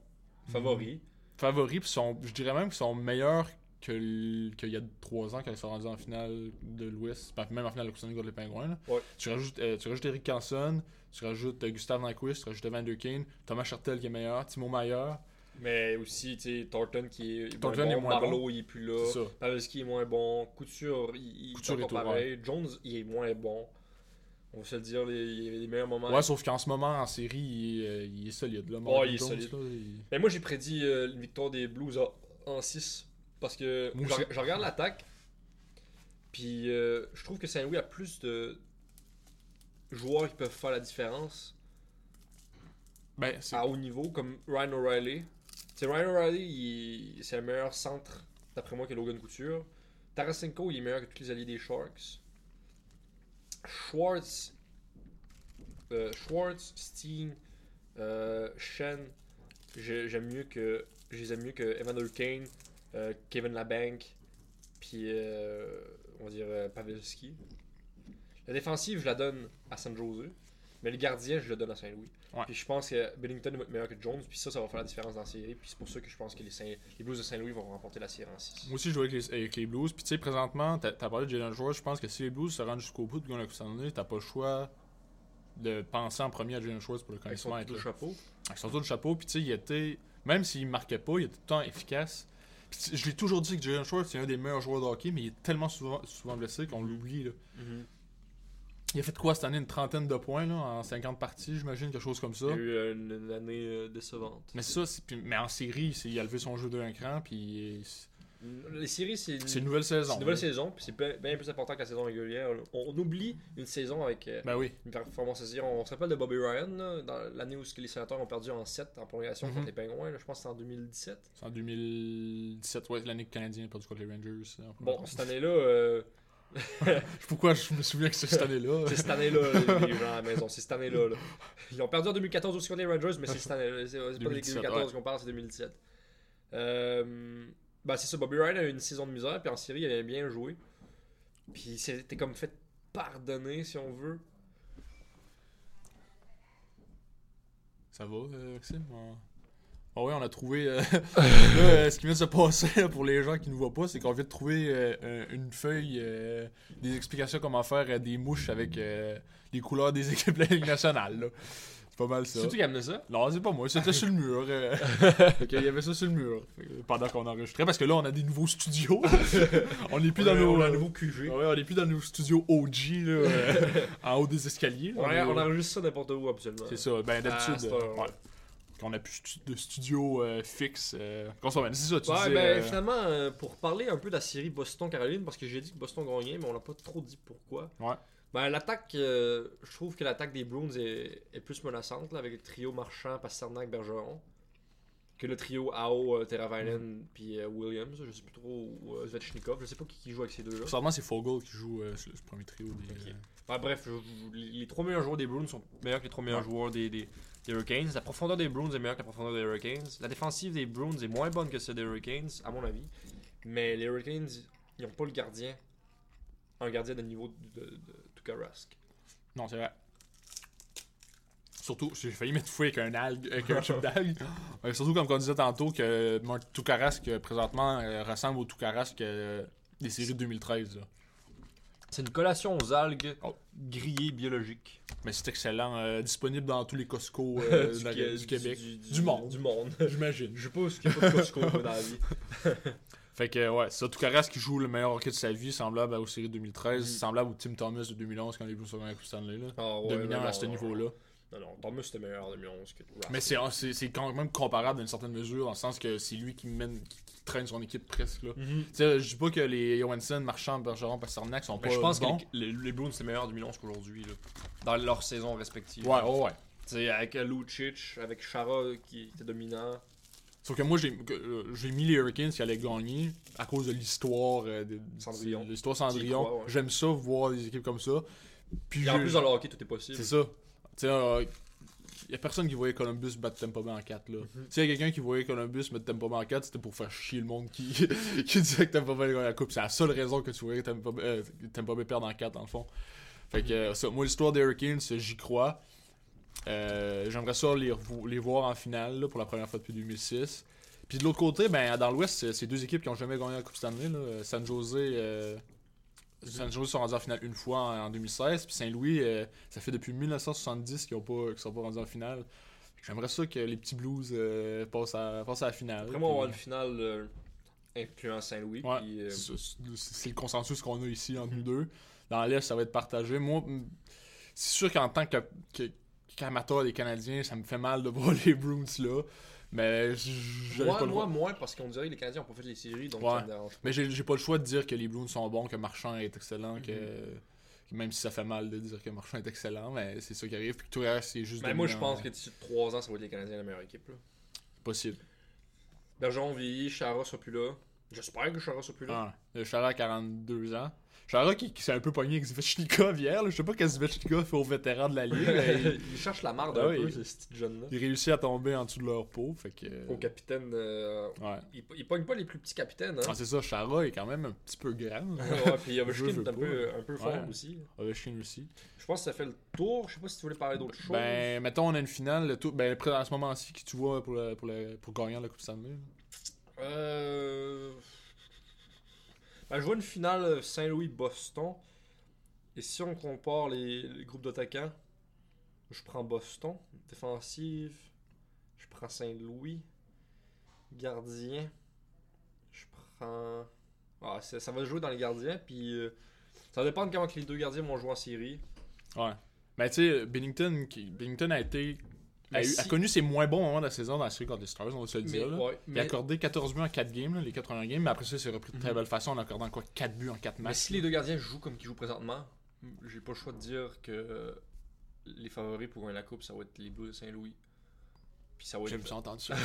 Speaker 2: Favori.
Speaker 1: favoris, puis sont, je dirais même qu'ils sont meilleurs que l- qu'il y a 3 ans quand ils sont rendus en finale de l'Ouest, ben, même en finale de la Coupe Stanley contre les Pingouins. là.
Speaker 2: Ouais.
Speaker 1: Tu, rajoutes, euh, tu rajoutes Eric Carlson, tu rajoutes euh, Gustave Nyquist, tu rajoutes Evander Kane, Thomas Chartel qui est meilleur, Timo Maier,
Speaker 2: Mais aussi, tu sais, Thornton qui est.
Speaker 1: Thornton
Speaker 2: bon,
Speaker 1: est moins
Speaker 2: Marlowe,
Speaker 1: bon.
Speaker 2: il est plus là.
Speaker 1: c'est ça.
Speaker 2: Pavelski est moins bon. Couture, il, il
Speaker 1: Couture
Speaker 2: pas
Speaker 1: est au
Speaker 2: pareil. Jones, il est moins bon. On va se le dire, les- il y avait des meilleurs moments.
Speaker 1: Ouais, sauf qu'en ce moment, en série, il, est, euh, il est solide. Là,
Speaker 2: Ouais, il est
Speaker 1: Jones,
Speaker 2: solide.
Speaker 1: là, il-
Speaker 2: Mais moi, j'ai prédit euh, une victoire des Blues en- en 6. Parce que
Speaker 1: Moi
Speaker 2: je,
Speaker 1: aussi.
Speaker 2: je regarde l'attaque. Puis euh, je trouve que Saint-Louis a plus de joueurs qui peuvent faire la différence
Speaker 1: Ben, c'est-
Speaker 2: à haut niveau, comme Ryan O'Reilly. Tu sais, Ryan O'Reilly, il- c'est le meilleur centre, d'après moi, que Logan Couture. Tarasenko, il est meilleur que tous les alliés des Sharks. Schwartz, euh, Schwartz, Steen, euh, Shen, je- j'aime mieux que, je les aime mieux que Evander Kane, euh, Kevin Labank, puis euh, on va dire euh, Pavelski. La défensive, je la donne à San Jose, mais le gardien, je le donne à Saint-Louis.
Speaker 1: Ouais.
Speaker 2: Puis je pense que Bennington va être meilleur que Jones, puis ça, ça va faire la différence dans la série. Puis c'est pour ça que je pense que les, Saint- les Blues de Saint-Louis vont remporter la série en 6.
Speaker 1: Moi aussi, je joue avec les, avec les Blues. Puis, tu sais, présentement, t'as as parlé de Jalen George. Je pense que si les Blues se rendent jusqu'au bout de gagner la Coupe Stanley, t'as pas le choix de penser en premier à Jalen Schwartz pour le
Speaker 2: Avec
Speaker 1: connaissement.
Speaker 2: son tout chapeau.
Speaker 1: Avec son tour de chapeau, puis tu sais, il était, même s'il marquait pas, il était tout le temps efficace. Puis tu- je l'ai toujours dit que Jalen Schwartz, c'est un des meilleurs joueurs de hockey, mais il est tellement souvent, souvent blessé qu'on l'oublie. là.
Speaker 2: Mm-hmm.
Speaker 1: Il a fait quoi cette année Une trentaine de points là, en 50 parties, j'imagine, quelque chose comme ça.
Speaker 2: Il y a eu euh, une, une année euh, décevante.
Speaker 1: Mais ça, c'est- puis- mais en série, c'est- il a levé son jeu d'un cran, puis c'est-
Speaker 2: Les séries, c'est
Speaker 1: c'est une nouvelle saison.
Speaker 2: Mm. c'est une nouvelle
Speaker 1: là.
Speaker 2: saison, puis c'est bien, bien plus important que la saison régulière. là. On, on oublie une saison avec euh,
Speaker 1: Ben oui.
Speaker 2: une performance assez. On se rappelle de Bobby Ryan, là, dans l'année où ce que les sénateurs ont perdu en 7 en prolongation
Speaker 1: Mhm.
Speaker 2: contre les Pingouins. là, je pense que c'est en 2017.
Speaker 1: C'est en 2017, ouais, l'année que le Canadien a perdu contre les Rangers. en première
Speaker 2: Bon,
Speaker 1: ronde.
Speaker 2: cette année-là, euh,
Speaker 1: Pourquoi je me souviens que c'est cette année-là
Speaker 2: <laughs> c'est cette
Speaker 1: <laughs>
Speaker 2: année-là, les gens à la maison, c'est cette année-là. là. Ils ont perdu en 2014 aussi contre les Rangers, mais c'est cette année-là. C'est c'est pas les
Speaker 1: 2017,
Speaker 2: 2014 qu'on parle, c'est 2017. Euh, bah, c'est ça, Bobby Ryan a eu une saison de misère, puis en série, il avait bien joué. Puis il s'était comme fait pardonner, si on veut.
Speaker 1: Ça va, euh, Maxime Ah oui, on a trouvé.
Speaker 2: <laughs>
Speaker 1: euh, là, euh, ce qui vient de se passer là, pour les gens qui ne nous voient pas, c'est qu'on vient de trouver euh, euh, une feuille, euh, des explications comment faire euh, des mouches avec euh, les couleurs des <laughs> équipes de la Ligue nationale. là. C'est pas mal ça.
Speaker 2: C'est toi qui as amené ça
Speaker 1: Non, c'est pas moi, c'était sur le mur. euh.
Speaker 2: <laughs>
Speaker 1: Fait que Il y avait ça sur le mur fait que pendant qu'on enregistrait, parce que là, on a des nouveaux
Speaker 2: <laughs>
Speaker 1: studios. on n'est plus dans nos.
Speaker 2: On a un nouveau QG.
Speaker 1: Ouais, on est plus dans nos studios OG, là, euh, en haut des escaliers. là.
Speaker 2: On,
Speaker 1: est-
Speaker 2: a- on enregistre ça n'importe où, absolument.
Speaker 1: c'est ça, ben
Speaker 2: Ah,
Speaker 1: d'habitude.
Speaker 2: c'est
Speaker 1: euh,
Speaker 2: pas-
Speaker 1: ouais. Qu'on a plus stu- de studio euh, fixe. euh, qu'on se promène. C'est ça, tu
Speaker 2: Ouais,
Speaker 1: disais,
Speaker 2: ben
Speaker 1: euh,
Speaker 2: finalement, euh, pour parler un peu de la série Boston-Caroline, parce que j'ai dit que Boston gagnait, mais on n'a pas trop dit pourquoi.
Speaker 1: Ouais.
Speaker 2: Ben, l'attaque, euh, je trouve que l'attaque des Bruins est, est plus menaçante, là, avec le trio Marchand, Pasternak, Bergeron, que le trio Ao, euh, Teravainen,
Speaker 1: Mhm.
Speaker 2: puis euh, Williams. Je sais plus trop, ou euh, Svechnikov, je sais pas qui, qui joue avec ces deux-là.
Speaker 1: Bizarrement, c'est Fogel qui joue euh, sur le premier trio. Des,
Speaker 2: Ok.
Speaker 1: euh,
Speaker 2: Ouais, bref, je- je- les les trois meilleurs joueurs des Bruins sont meilleurs que les trois meilleurs
Speaker 1: Ouais.
Speaker 2: joueurs des, des- des Hurricanes. La profondeur des Bruins est meilleure que la profondeur des Hurricanes. La défensive des Bruins est moins bonne que celle des Hurricanes, à mon avis. Mais les Hurricanes, ils n'ont pas le gardien. Un gardien de niveau de, de, de Tuukka Rask.
Speaker 1: Non, c'est vrai. Surtout, j'ai failli m'étouffer avec un algue, avec un chip
Speaker 2: <laughs>
Speaker 1: d'algue. Euh, surtout, comme on disait tantôt, que mon Toucarask, euh, présentement, euh, ressemble au Toucarask euh, des séries de 2013. là.
Speaker 2: C'est une collation aux algues
Speaker 1: Oh.
Speaker 2: grillées <laughs> biologiques.
Speaker 1: Mais c'est excellent. euh, disponible dans tous les Costco euh,
Speaker 2: <laughs> Du
Speaker 1: de la-
Speaker 2: Qué-
Speaker 1: du, Québec.
Speaker 2: Du,
Speaker 1: Du monde.
Speaker 2: Du monde.
Speaker 1: J'imagine.
Speaker 2: <laughs> Je sais pas ce qu'il y a pas de Costco moi, dans la vie.
Speaker 1: Fait que, ouais, c'est ça. Toucaras qui joue le meilleur hockey de sa vie, semblable à- aux séries 2013,
Speaker 2: Mhm.
Speaker 1: semblable au Tim Thomas de 2011 quand les Blues ont gagné la Coupe Stanley, là.
Speaker 2: <laughs> Ah ouais,
Speaker 1: Dominant
Speaker 2: non, non,
Speaker 1: à ce
Speaker 2: non,
Speaker 1: niveau-là.
Speaker 2: Non, non, Thomas c'était meilleur en 2011 que Rask.
Speaker 1: Mais c'est- c'est c'est quand même comparable d'une certaine mesure, dans le sens que c'est lui qui mène, qui, qui traîne son équipe presque, là.
Speaker 2: Mhm.
Speaker 1: Tu sais, je dis pas que les Johansson, Marchand, Bergeron, Pasternak sont
Speaker 2: Mais
Speaker 1: pas
Speaker 2: je pense
Speaker 1: bons.
Speaker 2: que les, les- les Bruins, c'est meilleur en 2011 qu'aujourd'hui, là, dans leur saison respective.
Speaker 1: Ouais, ouais, ouais.
Speaker 2: Tu sais, avec euh, Lucic, avec Chara qui était dominant.
Speaker 1: Sauf que moi, j'ai que, euh, j'ai mis les Hurricanes qui allaient gagner à cause de l'histoire euh, de-
Speaker 2: Cendrillon.
Speaker 1: de L'histoire
Speaker 2: J'y
Speaker 1: Cendrillon.
Speaker 2: crois, ouais.
Speaker 1: J'aime ça, voir des équipes comme ça. Puis
Speaker 2: Puis en
Speaker 1: je-
Speaker 2: plus, dans le hockey, tout est possible.
Speaker 1: C'est ça. Tu sais, euh, y a personne qui voyait Columbus battre Tampa Bay en 4, là.
Speaker 2: Mhm.
Speaker 1: S'il y a quelqu'un qui voyait Columbus mettre Tampa Bay en 4, c'était pour faire chier le monde qui, <laughs> qui disait que Tampa Bay allait gagner la coupe. C'est la seule raison que tu voyais Tampa, Bay- euh, Tampa Bay perdre en 4, dans le fond. Fait que, euh, ça, moi, l'histoire des Hurricanes, euh, j'y crois. Euh, J'aimerais ça les, revo- les voir en finale, là, pour la première fois depuis 2006. Puis de l'autre côté, ben, dans l'Ouest, c'est- c'est deux équipes qui ont jamais gagné la Coupe Stanley. Là. San Jose, euh, San Jose sont rendus en finale une fois en, en 2016. Puis Saint-Louis, euh, ça fait depuis 1970 qu'ils ne sont pas rendus en finale. Fait que J'aimerais ça que les petits Blues euh, passent, à, passent à la finale.
Speaker 2: Vraiment, on va avoir une
Speaker 1: Puis-
Speaker 2: finale euh, incluant Saint-Louis.
Speaker 1: Ouais,
Speaker 2: puis, euh,
Speaker 1: c'est- c'est- C'est le consensus qu'on a ici entre nous deux. Dans l'Est, ça va être partagé. Moi, m- c'est sûr qu'en tant que- que- qu'amateur des Canadiens, ça me fait mal de <laughs> voir les Bruins là. Mais j- j'avais
Speaker 2: moi,
Speaker 1: pas le
Speaker 2: moi,
Speaker 1: choix.
Speaker 2: moins, parce qu'on dirait que les Canadiens n'ont pas fait les séries, donc
Speaker 1: Ouais.
Speaker 2: ça me dérange.
Speaker 1: Mais j'ai j'ai pas le choix de dire que les Bruins sont bons, que Marchand est excellent, que. que
Speaker 2: Mhm.
Speaker 1: Même si ça fait mal de dire que Marchand est excellent, mais c'est ça qui arrive. Puis que tout le reste, c'est juste.
Speaker 2: Mais Ben, moi, je
Speaker 1: dominant.
Speaker 2: pense que d'ici 3 ans, ça va être les Canadiens la meilleure équipe. Là.
Speaker 1: Possible.
Speaker 2: Bergeron vieillit, Chara sera plus là. J'espère que Chara sera plus là. <laughs>
Speaker 1: Ah, le Chara a 42 ans. Chara qui, qui s'est un peu pogné avec Zvechnikov hier. là. Je sais pas qu'est-ce que Zvechnikov fait aux vétérans de la Ligue. mais il-
Speaker 2: il cherche la marde
Speaker 1: Ah
Speaker 2: un
Speaker 1: oui. Euh.
Speaker 2: peu, ce petit jeune-là.
Speaker 1: Ils réussissent à tomber en dessous de leur peau. Fait que.
Speaker 2: Au capitaine, euh,
Speaker 1: Ouais.
Speaker 2: il, il pogne pas les plus petits capitaines. Hein.
Speaker 1: Ah, c'est ça, Chara est quand même un petit peu grand.
Speaker 2: <laughs> ouais, puis il y avait
Speaker 1: Je
Speaker 2: Ovechkin
Speaker 1: veux
Speaker 2: est un
Speaker 1: pas.
Speaker 2: peu, un peu fort
Speaker 1: Ah, Ouais.
Speaker 2: aussi.
Speaker 1: Ovechkin aussi.
Speaker 2: Je pense que ça fait le tour. Je sais pas si tu voulais parler d'autre chose.
Speaker 1: Ben, mettons, on a une finale. Le tout, ben, après, à ce moment-ci, qui tu vois pour, le, pour, le, pour gagnant de la Coupe Stanley. là.
Speaker 2: Euh... ben, je vois une finale Saint-Louis-Boston. Et si on compare les, les groupes d'attaquants, Je prends Boston. Défensive. Je prends Saint-Louis. Gardien. Je prends. Ah, ça, ça va jouer dans les gardiens. Puis euh, ça va dépendre comment que les deux gardiens vont jouer en série.
Speaker 1: Ouais. Mais tu sais, Bennington, qui- Bennington a été. A,
Speaker 2: Mais
Speaker 1: eu-
Speaker 2: si-
Speaker 1: a connu ses moins bons moments de la saison dans la série contre les Stars, on va se le
Speaker 2: Mais,
Speaker 1: dire. là.
Speaker 2: ouais,
Speaker 1: Il
Speaker 2: mais- Mhm.
Speaker 1: a accordé 14 buts en 4 games, là, les 80 games, mais après ça, il s'est repris de très belle façon en accordant quoi 4 buts en 4
Speaker 2: mais
Speaker 1: matchs.
Speaker 2: si les deux gardiens jouent comme qu'ils jouent présentement, j'ai pas le choix de dire que euh, les favoris pour gagner la coupe, ça va être les Blues de Saint-Louis. Puis ça va être.
Speaker 1: J'aime ça entendre
Speaker 2: <laughs>
Speaker 1: ça.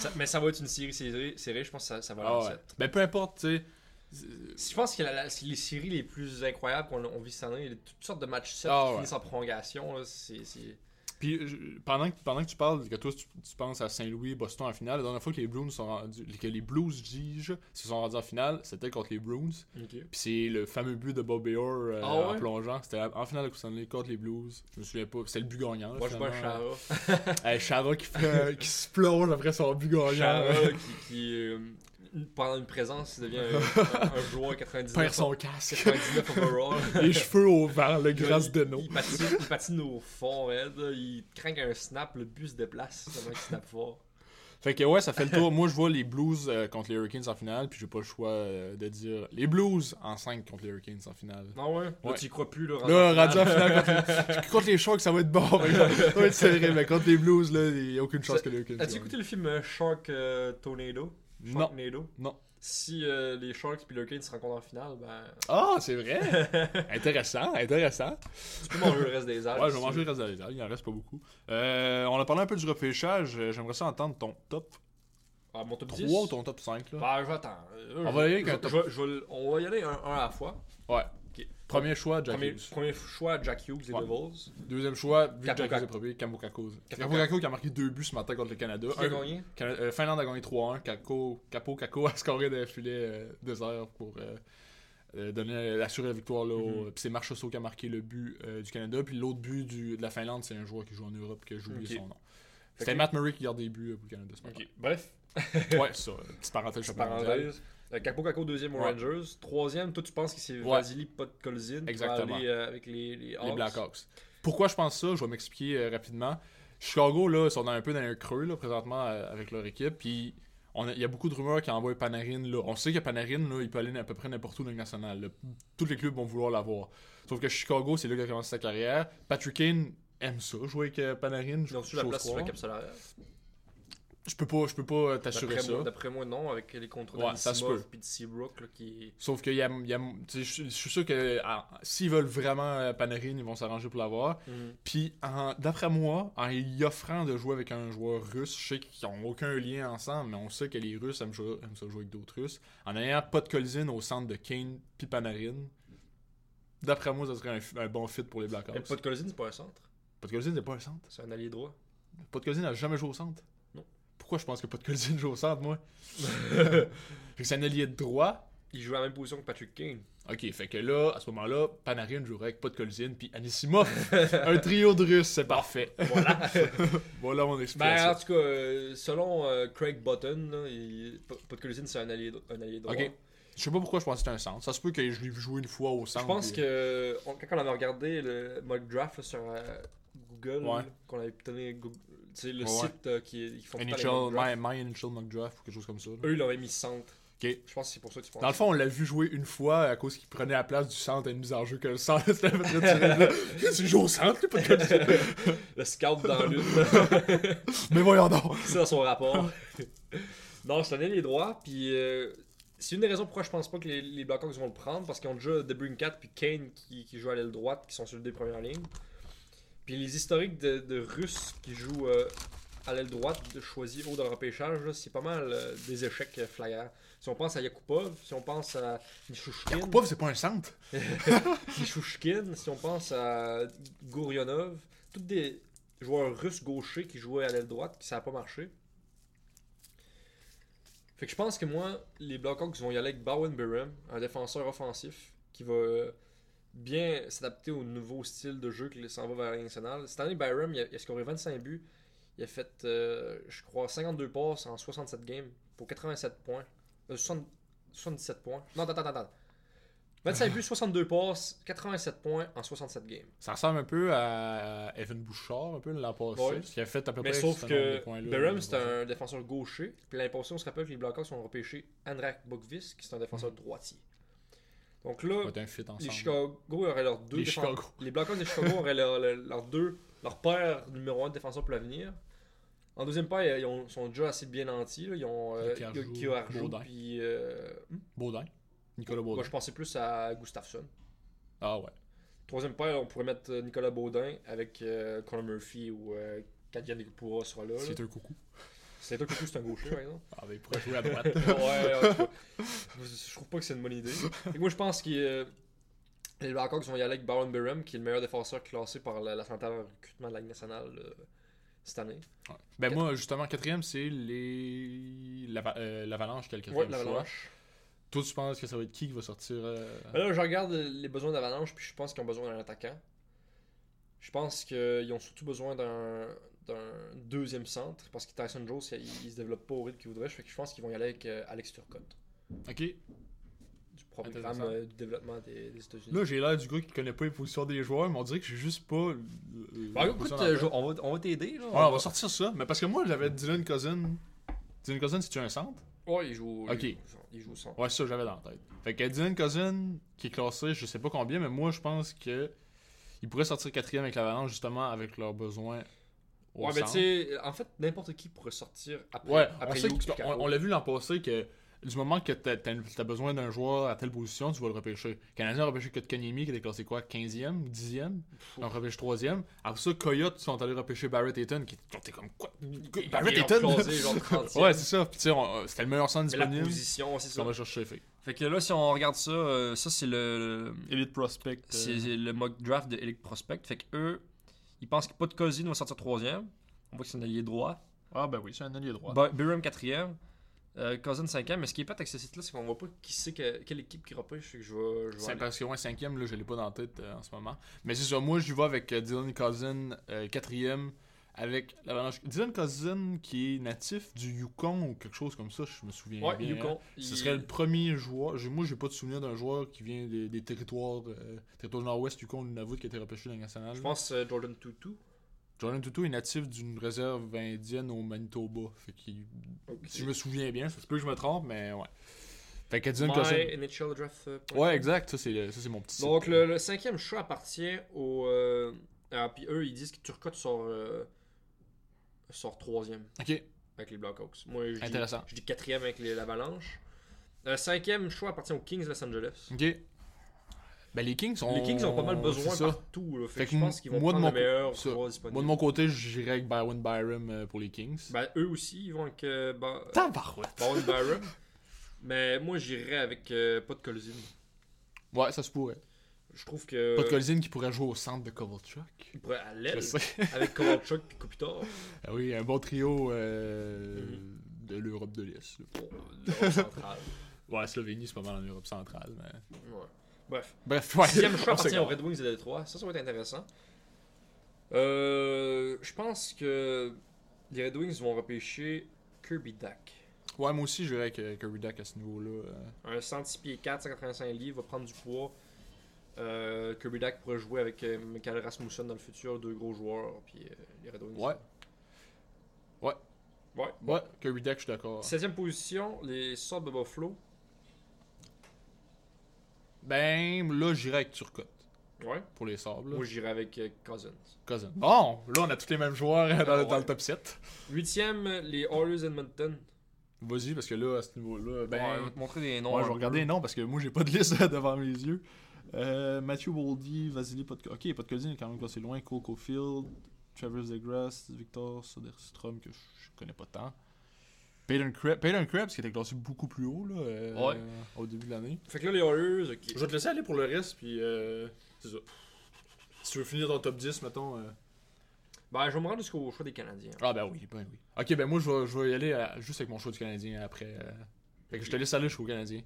Speaker 2: Ça- mais ça va être une série serrée, serrée, je pense que ça, ça va aller
Speaker 1: Ah
Speaker 2: en
Speaker 1: ouais.
Speaker 2: sept.
Speaker 1: Ben peu importe, tu sais.
Speaker 2: Je pense que la- la- c'est les séries les plus incroyables qu'on on vit cette année, il y a toutes sortes de matchs 7
Speaker 1: Ah
Speaker 2: qui
Speaker 1: ouais.
Speaker 2: finissent en prolongation. là, c'est- c'est-
Speaker 1: Puis je- pendant que, pendant que tu parles, que toi tu, tu penses à Saint-Louis, Boston en finale, la dernière fois que les Bruins sont rendus, que les Blues dis-je, se sont rendus en finale, c'était contre les Bruins. Puis c'est le fameux but de Bobby Orr euh,
Speaker 2: Ah
Speaker 1: en
Speaker 2: ouais?
Speaker 1: plongeant. C'était en finale de Coupe Stanley contre les Blues. Je me souviens pas. C'était le but gagnant. là,
Speaker 2: Moi, je vois
Speaker 1: finalement.
Speaker 2: Chara.
Speaker 1: Euh, Chara qui, fait- qui se plonge après son but gagnant.
Speaker 2: Chara qui, qui, euh, pendant une présence, il devient un, un- un
Speaker 1: <laughs>
Speaker 2: joueur 99,
Speaker 1: perd son casque.
Speaker 2: 99 overall.
Speaker 1: <laughs> les cheveux au vent, le grâce
Speaker 2: Il-
Speaker 1: de nos.
Speaker 2: Il patine, il patine au fond, raide, là, il craint un snap, le but se déplace, tellement qu'il snap fort.
Speaker 1: Fait que ouais, ça fait le tour. Moi, je vois les Blues euh, contre les Hurricanes en finale, puis j'ai pas le choix euh, de dire les Blues en 5 contre les Hurricanes en finale.
Speaker 2: Non, Ah ouais. Là,
Speaker 1: Ouais.
Speaker 2: tu y crois plus, là. rendu en
Speaker 1: Là,
Speaker 2: finale.
Speaker 1: rendu en finale <laughs> contre les, contre les Sharks, ça va être bon. par <laughs> exemple. Ça va être serré, mais contre les Blues, là, il n'y a aucune chance
Speaker 2: Ça-
Speaker 1: que les Hurricanes.
Speaker 2: <laughs> As-tu
Speaker 1: gagnent.
Speaker 2: écouté le film euh, Shark euh, Tornado
Speaker 1: Non.
Speaker 2: Sharknado?
Speaker 1: Non.
Speaker 2: Si euh, les Sharks et le Hurricane se rencontrent en finale, ben,
Speaker 1: Ah, c'est vrai.
Speaker 2: <laughs>
Speaker 1: intéressant, intéressant.
Speaker 2: tu peux manger le reste des ailes.
Speaker 1: Ouais, je
Speaker 2: si
Speaker 1: vais
Speaker 2: tu
Speaker 1: manger
Speaker 2: veux.
Speaker 1: le reste de la légale, il en reste pas beaucoup. Euh, on a parlé un peu du repêchage, euh, j'aimerais ça entendre ton top
Speaker 2: Ah, mon top
Speaker 1: 3
Speaker 2: 10.
Speaker 1: ou ton top 5 là.
Speaker 2: Bah, j'attends. Euh,
Speaker 1: On
Speaker 2: je-
Speaker 1: va y aller avec
Speaker 2: je-
Speaker 1: un top.
Speaker 2: je- je vais- on va y aller un, un à la fois.
Speaker 1: Ouais.
Speaker 2: Ok.
Speaker 1: Premier choix, Jack
Speaker 2: premier,
Speaker 1: Hughes.
Speaker 2: premier choix, Jack Hughes et
Speaker 1: Ouais.
Speaker 2: Devils.
Speaker 1: Deuxième choix, vu que Jack
Speaker 2: Capocak.
Speaker 1: Hughes est premier, Capo Kakos.
Speaker 2: Capo
Speaker 1: Capo Kakos qui a marqué deux buts ce matin contre le Canada.
Speaker 2: Qui a
Speaker 1: Un-
Speaker 2: gagné
Speaker 1: Cana- euh, Finlande a gagné 3-1. Kako, Capo Kako a scoré des filets euh, deux heures pour euh, euh, donner, assurer la victoire. là, au-
Speaker 2: Mm-hmm.
Speaker 1: Puis c'est Marchessault qui a marqué le but euh, du Canada. Puis l'autre but du- de la Finlande, c'est un joueur qui joue en Europe que j'ai oublié
Speaker 2: Ok.
Speaker 1: son nom.
Speaker 2: Fait
Speaker 1: C'était
Speaker 2: que-
Speaker 1: Matt Murray qui garde des buts euh, pour le Canada ce matin.
Speaker 2: Ok, bref.
Speaker 1: Ouais, c'est ça. euh, Petite parenthèse,
Speaker 2: Petite
Speaker 1: championnat mondial.
Speaker 2: parenthèse. Euh, Capo Caco, deuxième aux
Speaker 1: Ouais.
Speaker 2: Rangers. Troisième, toi, tu penses que c'est
Speaker 1: Ouais.
Speaker 2: Vasily Podkolzin qui va
Speaker 1: Exactement.
Speaker 2: aller euh, avec les, les
Speaker 1: Les
Speaker 2: Hawks.
Speaker 1: Blackhawks. Pourquoi je pense ça Je vais m'expliquer euh, rapidement. Chicago, là, ils sont dans un peu dans un creux là, présentement euh, avec leur équipe. Puis on a- il y a beaucoup de rumeurs qui envoient Panarin. Là. On sait que Panarin, là, il peut aller à peu près n'importe où dans le national. Tous les clubs vont vouloir l'avoir. Sauf que Chicago, c'est là qu'il a commencé sa carrière. Patrick Kane aime ça, jouer avec euh, Panarin.
Speaker 2: Ils ont reçu la
Speaker 1: j'ose
Speaker 2: place sur
Speaker 1: croire.
Speaker 2: la cap salariale.
Speaker 1: Je peux pas, je peux pas euh, t'assurer
Speaker 2: D'après
Speaker 1: ça.
Speaker 2: moi, d'après moi, non, avec les contrats
Speaker 1: Ouais, ça se
Speaker 2: d'Anisimov
Speaker 1: peut.
Speaker 2: puis de Seabrook là, qui
Speaker 1: Sauf que il y a- il y a- tu sais, je suis- je suis sûr que euh, s'ils veulent vraiment euh, Panarin, ils vont s'arranger pour l'avoir. Puis, en- d'après moi, en y offrant de jouer avec un joueur russe, je sais qu'ils n'ont aucun lien ensemble, mais on sait que les Russes aiment, jouer- aiment ça jouer avec d'autres Russes. En ayant pas de colline au centre de Kane puis Panarin, d'après moi, ça serait un, f- un bon fit pour les Blackhawks.
Speaker 2: Mais
Speaker 1: Pas de
Speaker 2: Podkolzin, c'est pas un centre,
Speaker 1: colline n'est pas un centre.
Speaker 2: c'est un allié droit.
Speaker 1: Pas de colline n'a jamais joué au centre.
Speaker 2: Non.
Speaker 1: Pourquoi je pense que pas de colline joue au centre, moi Fait que c'est un allié de droit.
Speaker 2: Il joue à la même position que
Speaker 1: <laughs>
Speaker 2: Patrick Kane.
Speaker 1: Ok, fait que là, à ce moment-là, Panarin jouerait avec pas de colline puis Anisimov. un trio de Russes, c'est parfait.
Speaker 2: Voilà.
Speaker 1: Voilà mon explication.
Speaker 2: ben, en tout cas, euh, selon euh, Craig Button, là, il- Pod- Podkolzin, c'est un allié, un allié droit.
Speaker 1: Ok. Je sais pas pourquoi je pensais que c'était un centre. Ça se peut que je l'ai vu jouer une fois au
Speaker 2: Je
Speaker 1: centre.
Speaker 2: pense
Speaker 1: puis-
Speaker 2: que on- quand on avait regardé le mock draft là, sur euh, Google,
Speaker 1: Ouais.
Speaker 2: qu'on avait donné Goog- tu sais, le
Speaker 1: Ouais,
Speaker 2: site euh, qui, qui font tout le temps les mock
Speaker 1: NHL,
Speaker 2: drafts,
Speaker 1: my, my NHL mock draft ou quelque chose comme ça. là.
Speaker 2: eux, ils l'avaient mis centre.
Speaker 1: Ok.
Speaker 2: Je pense que c'est pour ça que tu penses.
Speaker 1: Dans le fond, on l'a vu jouer une fois à cause qu'il prenait la place du centre à une mise en jeu que le centre c'était retiré
Speaker 2: <laughs>
Speaker 1: de là. Tu joues au centre, lui, pas de colline. <laughs>
Speaker 2: le scout dans l'une.
Speaker 1: Mais voyons donc.
Speaker 2: <laughs> C'est dans son rapport. non, je tenais les droits, puis euh, c'est une des raisons pourquoi je pense pas que les, les Blackhawks vont le prendre, parce qu'ils ont déjà Debrincat puis Kane qui, qui jouent à l'aile droite, qui sont sur les deux premières lignes. Puis les historiques de, de Russes qui jouent euh, à l'aile droite, de- choisis haut dans le repêchage, là, c'est pas mal euh, des échecs euh, flyers. Si on pense à Yakupov, si on pense à Nishushkin,
Speaker 1: Yakupov, c'est pas un centre.
Speaker 2: Nishushkin, si on pense à Gourionov, tous des joueurs russes gauchers qui jouaient à l'aile droite, qui ça n'a pas marché. Fait que je pense que moi, les Blackhawks vont y aller avec Bowen Burham, un défenseur offensif qui va euh, bien s'adapter au nouveau style de jeu qui s'en va vers la Ligue nationale. Cette année, Byram, il a, il a scoré 25 buts. Il a fait, euh, je crois, 52 passes en 67 games pour 87 points. Euh, 60 77 points. Non, attends, attends, attends. 25 buts, 62 passes, 87 points en 67 games.
Speaker 1: Ça ressemble un peu à Evan Bouchard, un peu l'an passé.
Speaker 2: Ouais.
Speaker 1: Parce qu'il a fait à peu
Speaker 2: Mais
Speaker 1: près
Speaker 2: sauf
Speaker 1: ce nombre de
Speaker 2: que
Speaker 1: points-là.
Speaker 2: Berham, c'est un défenseur gaucher. Puis l'année passée, on se rappelle que les Blackhawks ont repêché Andrak Bokvis, qui est un défenseur droitier. Donc là,
Speaker 1: Ça va être un fit Mhm. ensemble.
Speaker 2: les Chicago auraient leurs deux
Speaker 1: Les
Speaker 2: défen-
Speaker 1: Chicago.
Speaker 2: Les Blackhawks de Chicago auraient leur, leur- leur deux, leur paire numéro un de défenseurs pour l'avenir. En deuxième paire, ils ont- sont déjà assez bien nantis. là. Ils ont euh,
Speaker 1: Il y a Kiarjo,
Speaker 2: Kyo Arjo,
Speaker 1: Baudin.
Speaker 2: puis. euh, hmm?
Speaker 1: Baudin. Nicolas Baudin.
Speaker 2: Moi, je pensais plus à Gustafsson.
Speaker 1: Ah ouais.
Speaker 2: Troisième paire, on pourrait mettre euh, Nicolas Baudin avec euh, Connor Murphy ou euh, quand Yann Poura sera là. là.
Speaker 1: C'est un coucou.
Speaker 2: C'est un coup, c'est un gaucher, par exemple.
Speaker 1: <laughs> Ah ben il pourrait jouer à droite.
Speaker 2: ouais, ouais, je- je trouve pas que c'est une bonne idée. Fait que moi, je pense que euh, les Blackhawks vont y aller avec Baron Berham, qui est le meilleur défenseur classé par la, la centrale de recrutement de la Ligue nationale euh, cette année.
Speaker 1: Ouais. Ben moi, justement, quatrième, c'est les... l'ava- euh, l'avalanche qui a le
Speaker 2: Ouais,
Speaker 1: quatrième choix.
Speaker 2: l'Avalanche.
Speaker 1: Toi, tu penses que ça va être qui qui va sortir euh,
Speaker 2: Mais Là, je regarde les besoins d'Avalanche, puis je pense qu'ils ont besoin d'un attaquant. Je pense qu'ils ont surtout besoin d'un d'un deuxième centre, parce que Tyson Jones, il, il se développe pas au rythme qu'il voudrait. Fait que je pense qu'ils vont y aller avec euh, Alex Turcotte,
Speaker 1: Ok.
Speaker 2: du programme
Speaker 1: Intéressant.
Speaker 2: euh, du développement des, des États-Unis.
Speaker 1: Là, j'ai l'air du gars qui connaît pas les positions des joueurs, mais on dirait que j'ai juste pas. l- l-
Speaker 2: Bah,
Speaker 1: la
Speaker 2: écoute,
Speaker 1: position
Speaker 2: euh,
Speaker 1: dans
Speaker 2: je-
Speaker 1: la tête.
Speaker 2: on va, on va t'aider. là.
Speaker 1: Ouais, Ah, on va sortir ça. Mais parce que moi, j'avais Dylan Cousin. Dylan Cousin, c'est-tu un centre
Speaker 2: Ouais, il joue.
Speaker 1: Ok.
Speaker 2: Il joue, il joue au centre.
Speaker 1: Ouais, c'est ça, j'avais dans la tête. Fait que Dylan Cousin, qui est classé, je sais pas combien, mais moi, je pense que. Il pourrait sortir quatrième avec l'avalanche, justement, avec leurs besoins. au
Speaker 2: Ouais, mais tu
Speaker 1: centre.
Speaker 2: sais, en fait, n'importe qui pourrait sortir après.
Speaker 1: Ouais, on
Speaker 2: après
Speaker 1: sait
Speaker 2: Hughes
Speaker 1: que-
Speaker 2: puis
Speaker 1: on,
Speaker 2: Caro.
Speaker 1: on l'a vu l'an passé que du moment que t'as as, besoin d'un joueur à telle position, tu vas le repêcher. Le Canadien a repêché que de Kanyemi, qui était classé quoi 15e 10e
Speaker 2: Pfff.
Speaker 1: On repêche 3e. Après ça, Coyote sont allés repêcher Barrett Eaton, qui était comme quoi
Speaker 2: Il est
Speaker 1: Barrett Eaton
Speaker 2: reclasé, genre 30e.
Speaker 1: <laughs> Ouais, c'est ça. Puis tu sais, on- euh, c'était le meilleur centre
Speaker 2: Mais la
Speaker 1: disponible.
Speaker 2: position, c'est
Speaker 1: On
Speaker 2: ça.
Speaker 1: va chercher fait.
Speaker 2: Fait que là, si on regarde ça, euh, ça c'est le,
Speaker 1: Elite Prospect. euh.
Speaker 2: c'est le mock draft de Elite Prospect. Fait que eux, ils pensent que pas de Cousine va sortir troisième. On voit que c'est un allié droit.
Speaker 1: Ah, ben oui, c'est un allié droit.
Speaker 2: Ba- Byram quatrième. Euh, Cousin cinquième. Mais ce qui est pas avec ce site-là, c'est qu'on voit pas qui c'est que- quelle équipe qui repêche. Fait que je vais, je vais
Speaker 1: C'est
Speaker 2: aller-
Speaker 1: parce que, ouais, cinquième, là, je l'ai pas dans la tête euh, en ce moment. Mais c'est ça, moi, je vais avec euh, Dylan Cousin, euh, quatrième, avec l'avalanche. Dylan Cousin, qui est natif du Yukon ou quelque chose comme ça, je me souviens
Speaker 2: Ouais,
Speaker 1: bien. hein.
Speaker 2: Yukon.
Speaker 1: Ce
Speaker 2: il-
Speaker 1: serait le premier joueur. j'ai- Moi, j'ai pas de souvenir d'un joueur qui vient des, des territoires, euh, territoires du Nord-Ouest, Yukon, Nunavut, qui a été repêché dans le national.
Speaker 2: Je pense euh, Jordan Tutu.
Speaker 1: Jordan Tutu est natif d'une réserve indienne au Manitoba. Fait qu'il- Si je me souviens bien, ça se peut que je me trompe, mais ouais. Fait que Dylan Cousin.
Speaker 2: My NHL draft. euh, point
Speaker 1: Ouais, exact, ça c'est le- ça, c'est mon petit. site.
Speaker 2: Donc, le, le cinquième choix appartient au. euh, ah, puis eux, ils disent que Turcotte sort, euh, sort troisième
Speaker 1: Ok,
Speaker 2: avec les Blackhawks. Moi, je dis,
Speaker 1: intéressant.
Speaker 2: je dis quatrième avec les- l'Avalanche. Le cinquième choix appartient aux Kings de Los Angeles.
Speaker 1: Ok. Ben, les Kings ont.
Speaker 2: Les Kings ont pas mal besoin
Speaker 1: c'est ça.
Speaker 2: partout. là. Fait,
Speaker 1: Fait
Speaker 2: que
Speaker 1: que
Speaker 2: je pense qu'ils vont
Speaker 1: moi, de
Speaker 2: prendre le
Speaker 1: mon-
Speaker 2: meilleur
Speaker 1: ça.
Speaker 2: joueur disponible.
Speaker 1: Moi, de mon côté, j'irais avec Byron Byram euh, pour les Kings.
Speaker 2: Ben, eux aussi, ils vont avec euh, Ba-
Speaker 1: Tabarouette!
Speaker 2: Bowen Byram. Mais moi, j'irai avec euh, pas de Colzine.
Speaker 1: Ouais, ça se pourrait.
Speaker 2: Je trouve que.
Speaker 1: Pas de Colzine qui pourrait jouer au centre de Kovalchuk.
Speaker 2: Il pourrait aller
Speaker 1: Je sais.
Speaker 2: avec Kovalchuk et Kopitar.
Speaker 1: Ah oui, un bon trio euh, de l'Europe de l'Est. là.
Speaker 2: Bon, l'Europe centrale.
Speaker 1: Ouais, Slovénie, c'est pas mal en Europe centrale. Mais...
Speaker 2: Ouais. Bref.
Speaker 1: Bref, ouais.
Speaker 2: <laughs> Sixième choix
Speaker 1: on sait
Speaker 2: appartient aux
Speaker 1: quoi.
Speaker 2: Red Wings de Détroit. Ça, ça va être intéressant. Euh, je pense que les Red Wings vont repêcher Kirby Duck.
Speaker 1: Ouais, moi aussi, j'irais avec euh, Kirby Duck à ce niveau-là. euh.
Speaker 2: Un 110 pieds 4, 185 livres, va prendre du poids. Euh, Kirby Duck pourrait jouer avec euh, Michael Rasmussen dans le futur, deux gros joueurs. Puis euh, les Red Wings.
Speaker 1: Ouais. Ouais.
Speaker 2: Ouais.
Speaker 1: Ouais, Kirby Duck, je suis d'accord.
Speaker 2: Septième position, les sortes de Buffalo.
Speaker 1: Ben, là, j'irais avec Turcotte
Speaker 2: Ouais.
Speaker 1: pour les sables.
Speaker 2: Moi, j'irai avec euh, Cousins.
Speaker 1: Cousin. Bon, là, on a tous les mêmes joueurs euh, dans,
Speaker 2: Ah ouais.
Speaker 1: dans le top 7.
Speaker 2: Huitième, les Oilers Edmonton.
Speaker 1: Vas-y, parce que là, à ce niveau-là, ben.
Speaker 2: Ouais, je vais te montrer des noms.
Speaker 1: ouais, je
Speaker 2: un
Speaker 1: vais regarder les noms parce que moi, j'ai pas de liste <laughs> devant mes yeux. Euh, Matthew Boldy, Vasily Podkolzin. Ok, Podkolzin est quand même passé loin. Cole Caulfield, Travis DeGrasse, Victor Soderstrom, que je je connais pas tant. Peyton Krebs, Peyton Krebs qui était classé beaucoup plus haut là, euh,
Speaker 2: Ouais.
Speaker 1: au début de l'année.
Speaker 2: peu. Fait que là, les Oilers, ok.
Speaker 1: vais te laisser aller pour le reste, puis euh, c'est ça. Si tu veux finir ton top 10, mettons. euh.
Speaker 2: Ben, je vais me rendre jusqu'au choix des Canadiens.
Speaker 1: Ah ben oui, ben oui. Ok, ben moi je vais, je vais y aller à- juste avec mon show du Canadien après. euh. Fait que je te laisse aller, show Canadien.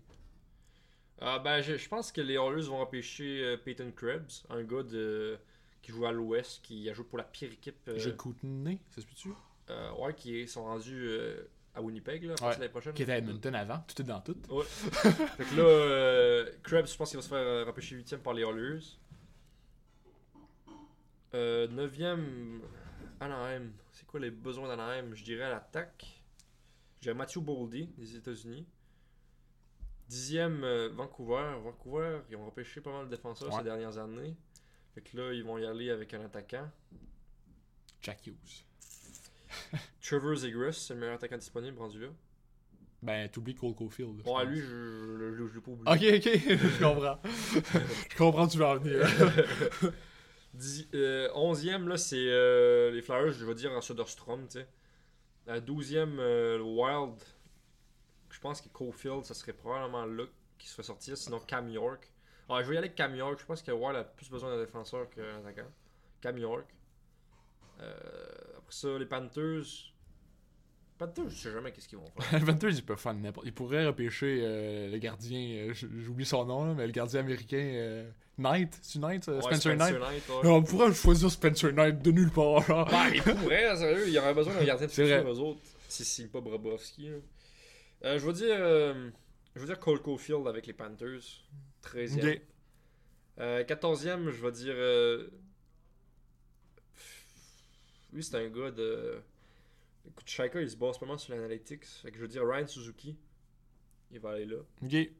Speaker 2: Ah, ben, je, je pense que les Oilers vont empêcher euh, Peyton Krebs, un gars de, qui joue à l'Ouest, qui a joué pour la pire équipe. euh,
Speaker 1: Je coûte nez, ça se peut-tu?
Speaker 2: euh, ouais, qui est- sont rendus euh, à Winnipeg là, à
Speaker 1: Ouais.
Speaker 2: partir de l'année prochaine.
Speaker 1: Qui était à Edmonton avant, tout est dans tout. <laughs>
Speaker 2: Ouais. fait que là, euh, Krebs, je pense qu'il va se faire euh, repêcher 8 par les Oilers. Euh, 9e, Anaheim. C'est quoi les besoins d'Anaheim Je dirais à l'attaque. J'ai Matthew Boldy des États-Unis. 10e, euh, Vancouver. Vancouver, ils ont repêché pas mal de défenseurs
Speaker 1: Ouais.
Speaker 2: ces dernières années. Fait que là, ils vont y aller avec un attaquant.
Speaker 1: Jack Hughes.
Speaker 2: Trevor Zegras, c'est le meilleur attaquant disponible rendu là.
Speaker 1: Ben, t'oublies Cole Caulfield. je
Speaker 2: Bon, à
Speaker 1: pense.
Speaker 2: lui, je je- je- je l'ai pas oublié.
Speaker 1: Ok, ok, <laughs> je comprends. je comprends où tu vas en venir.
Speaker 2: <laughs> Euh, Dix- euh, onzième, là, c'est euh, les Flyers, je vais dire en Söderstrom, tu sais. La douzième, euh, le Wild, je pense que Cofield, ça serait probablement là qui se fait sortir, sinon Cam York. Ah, je vais y aller avec Cam York, je pense que Wild a plus besoin d'un défenseur qu'un attaquant. Cam York. Euh, après ça, les Panthers. Panthers, je sais jamais qu'est-ce qu'ils vont faire.
Speaker 1: Panthers, ils peuvent faire n'importe Ils pourraient repêcher euh, le gardien, euh, j- j'oublie son nom, là, mais le gardien américain euh, Knight. C'est Knight euh,
Speaker 2: Ouais,
Speaker 1: Spencer, Knight.
Speaker 2: Knight, ouais.
Speaker 1: Alors, pourquoi choisir Spencer Knight de nulle part genre?
Speaker 2: Bah, il pourrait, sérieux, il y aurait besoin d'un gardien de
Speaker 1: C'est
Speaker 2: soutien,
Speaker 1: vrai.
Speaker 2: eux autres. Si c'est pas Brobovski. là. Euh, je veux dire, euh, je veux dire Cole Caulfield avec les Panthers, 13e.
Speaker 1: Ok.
Speaker 2: Euh, 14e, je veux dire. euh, Lui, c'est un gars de. Écoute, Shaka, il se base pas mal sur l'analytics. Fait que je veux dire Ryan Suzuki. Il va aller là.
Speaker 1: Ok.
Speaker 2: Puis-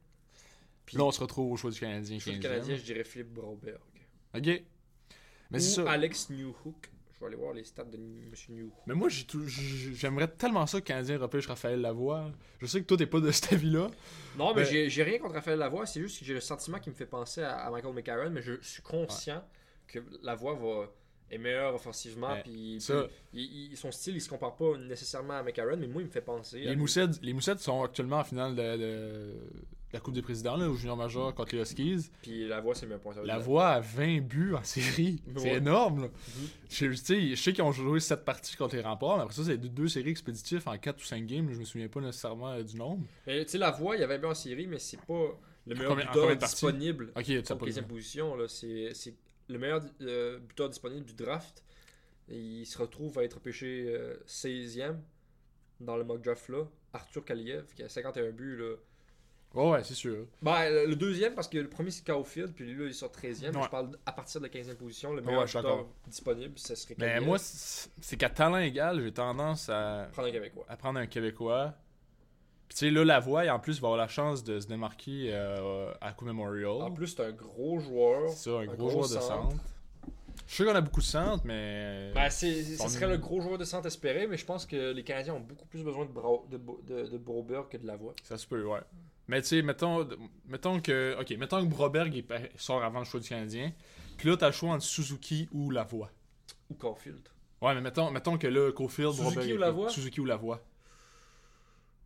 Speaker 1: Puis là, on se retrouve au choix du Canadien.
Speaker 2: Chez le
Speaker 1: 15e.
Speaker 2: Canadien, je dirais Philippe Broberg.
Speaker 1: Ok. Mais c'est
Speaker 2: Ou
Speaker 1: ça.
Speaker 2: Alex Newhook. Je vais aller voir les stats de M. Newhook.
Speaker 1: Mais moi, j'ai tout- j- j'aimerais tellement ça que le Canadien repêche Raphaël Lavoie. Je sais que toi, t'es pas de cet avis-là.
Speaker 2: Non, mais
Speaker 1: Ben-
Speaker 2: j'ai- j'ai rien contre Raphaël Lavoie, c'est juste que j'ai le sentiment qui me fait penser à, à Michael McCarron, mais je suis conscient que Lavoie va, est meilleur offensivement,
Speaker 1: Ben,
Speaker 2: puis
Speaker 1: ça.
Speaker 2: puis il- il- son style, il se compare pas nécessairement à McCarron, mais moi, il me fait penser. à
Speaker 1: Les
Speaker 2: lui.
Speaker 1: Moussettes, les Moussettes sont actuellement en finale de, de la Coupe des Présidents, là, au junior major contre les Huskies.
Speaker 2: Puis Lavoie, c'est le meilleur pointeur.
Speaker 1: La voix à 20 buts en série. C'est
Speaker 2: Ouais.
Speaker 1: énorme. là. Je, tu sais, je sais qu'ils ont joué 7 parties contre les remparts, mais après ça, c'est deux, deux séries expéditives en 4 ou 5 games. Je me souviens pas nécessairement euh, du nombre.
Speaker 2: Mais, Tu sais, Lavoie, il avait bien en série, mais c'est pas le meilleur
Speaker 1: combien- en
Speaker 2: buteur
Speaker 1: combien de parties?
Speaker 2: disponible.
Speaker 1: Ok, tu
Speaker 2: C'est
Speaker 1: as
Speaker 2: en
Speaker 1: pas le
Speaker 2: 15e
Speaker 1: temps.
Speaker 2: position, là, c'est c'est le meilleur euh, buteur disponible du draft. Et il se retrouve à être pêché 16e dans le mock draft là. Arthur Kaliev, qui a 51 buts. Là.
Speaker 1: Ouais, ouais, c'est sûr.
Speaker 2: Ben, le le deuxième, parce que le premier c'est Caulfield, puis lui là il sort 13e. mais
Speaker 1: Ouais.
Speaker 2: Je parle à partir de la 15e position, le meilleur
Speaker 1: Ouais, je suis
Speaker 2: buteur
Speaker 1: d'accord.
Speaker 2: disponible, ce serait
Speaker 1: Mais
Speaker 2: Kaliev.
Speaker 1: moi, c'est c'est qu'à talent égal, j'ai tendance à,
Speaker 2: prendre un Québécois.
Speaker 1: à prendre un Québécois. Puis tu sais, là, la voix, en plus, va avoir la chance de se démarquer euh, à Coup Memorial.
Speaker 2: En plus, c'est un gros joueur.
Speaker 1: C'est ça, un,
Speaker 2: un
Speaker 1: gros,
Speaker 2: gros
Speaker 1: joueur de
Speaker 2: centre.
Speaker 1: centre. Je sais qu'on a beaucoup de centres, mais.
Speaker 2: Ben, c'est,
Speaker 1: Son-
Speaker 2: ce serait le gros joueur de centre espéré, mais je pense que les Canadiens ont beaucoup plus besoin de, Bra- de, Bo- de, de Broberg que de Lavoie.
Speaker 1: Ça se peut, ouais. Mais tu sais, mettons, mettons que. Ok, mettons que Broberg il pa- sort avant le choix du Canadien. Puis là, t'as le choix entre Suzuki ou Lavoie.
Speaker 2: Ou Caulfield.
Speaker 1: Ouais, mais mettons, mettons que là, Cofield,
Speaker 2: Suzuki
Speaker 1: Broberg.
Speaker 2: ou Lavoie?
Speaker 1: Suzuki ou Lavoie. <laughs>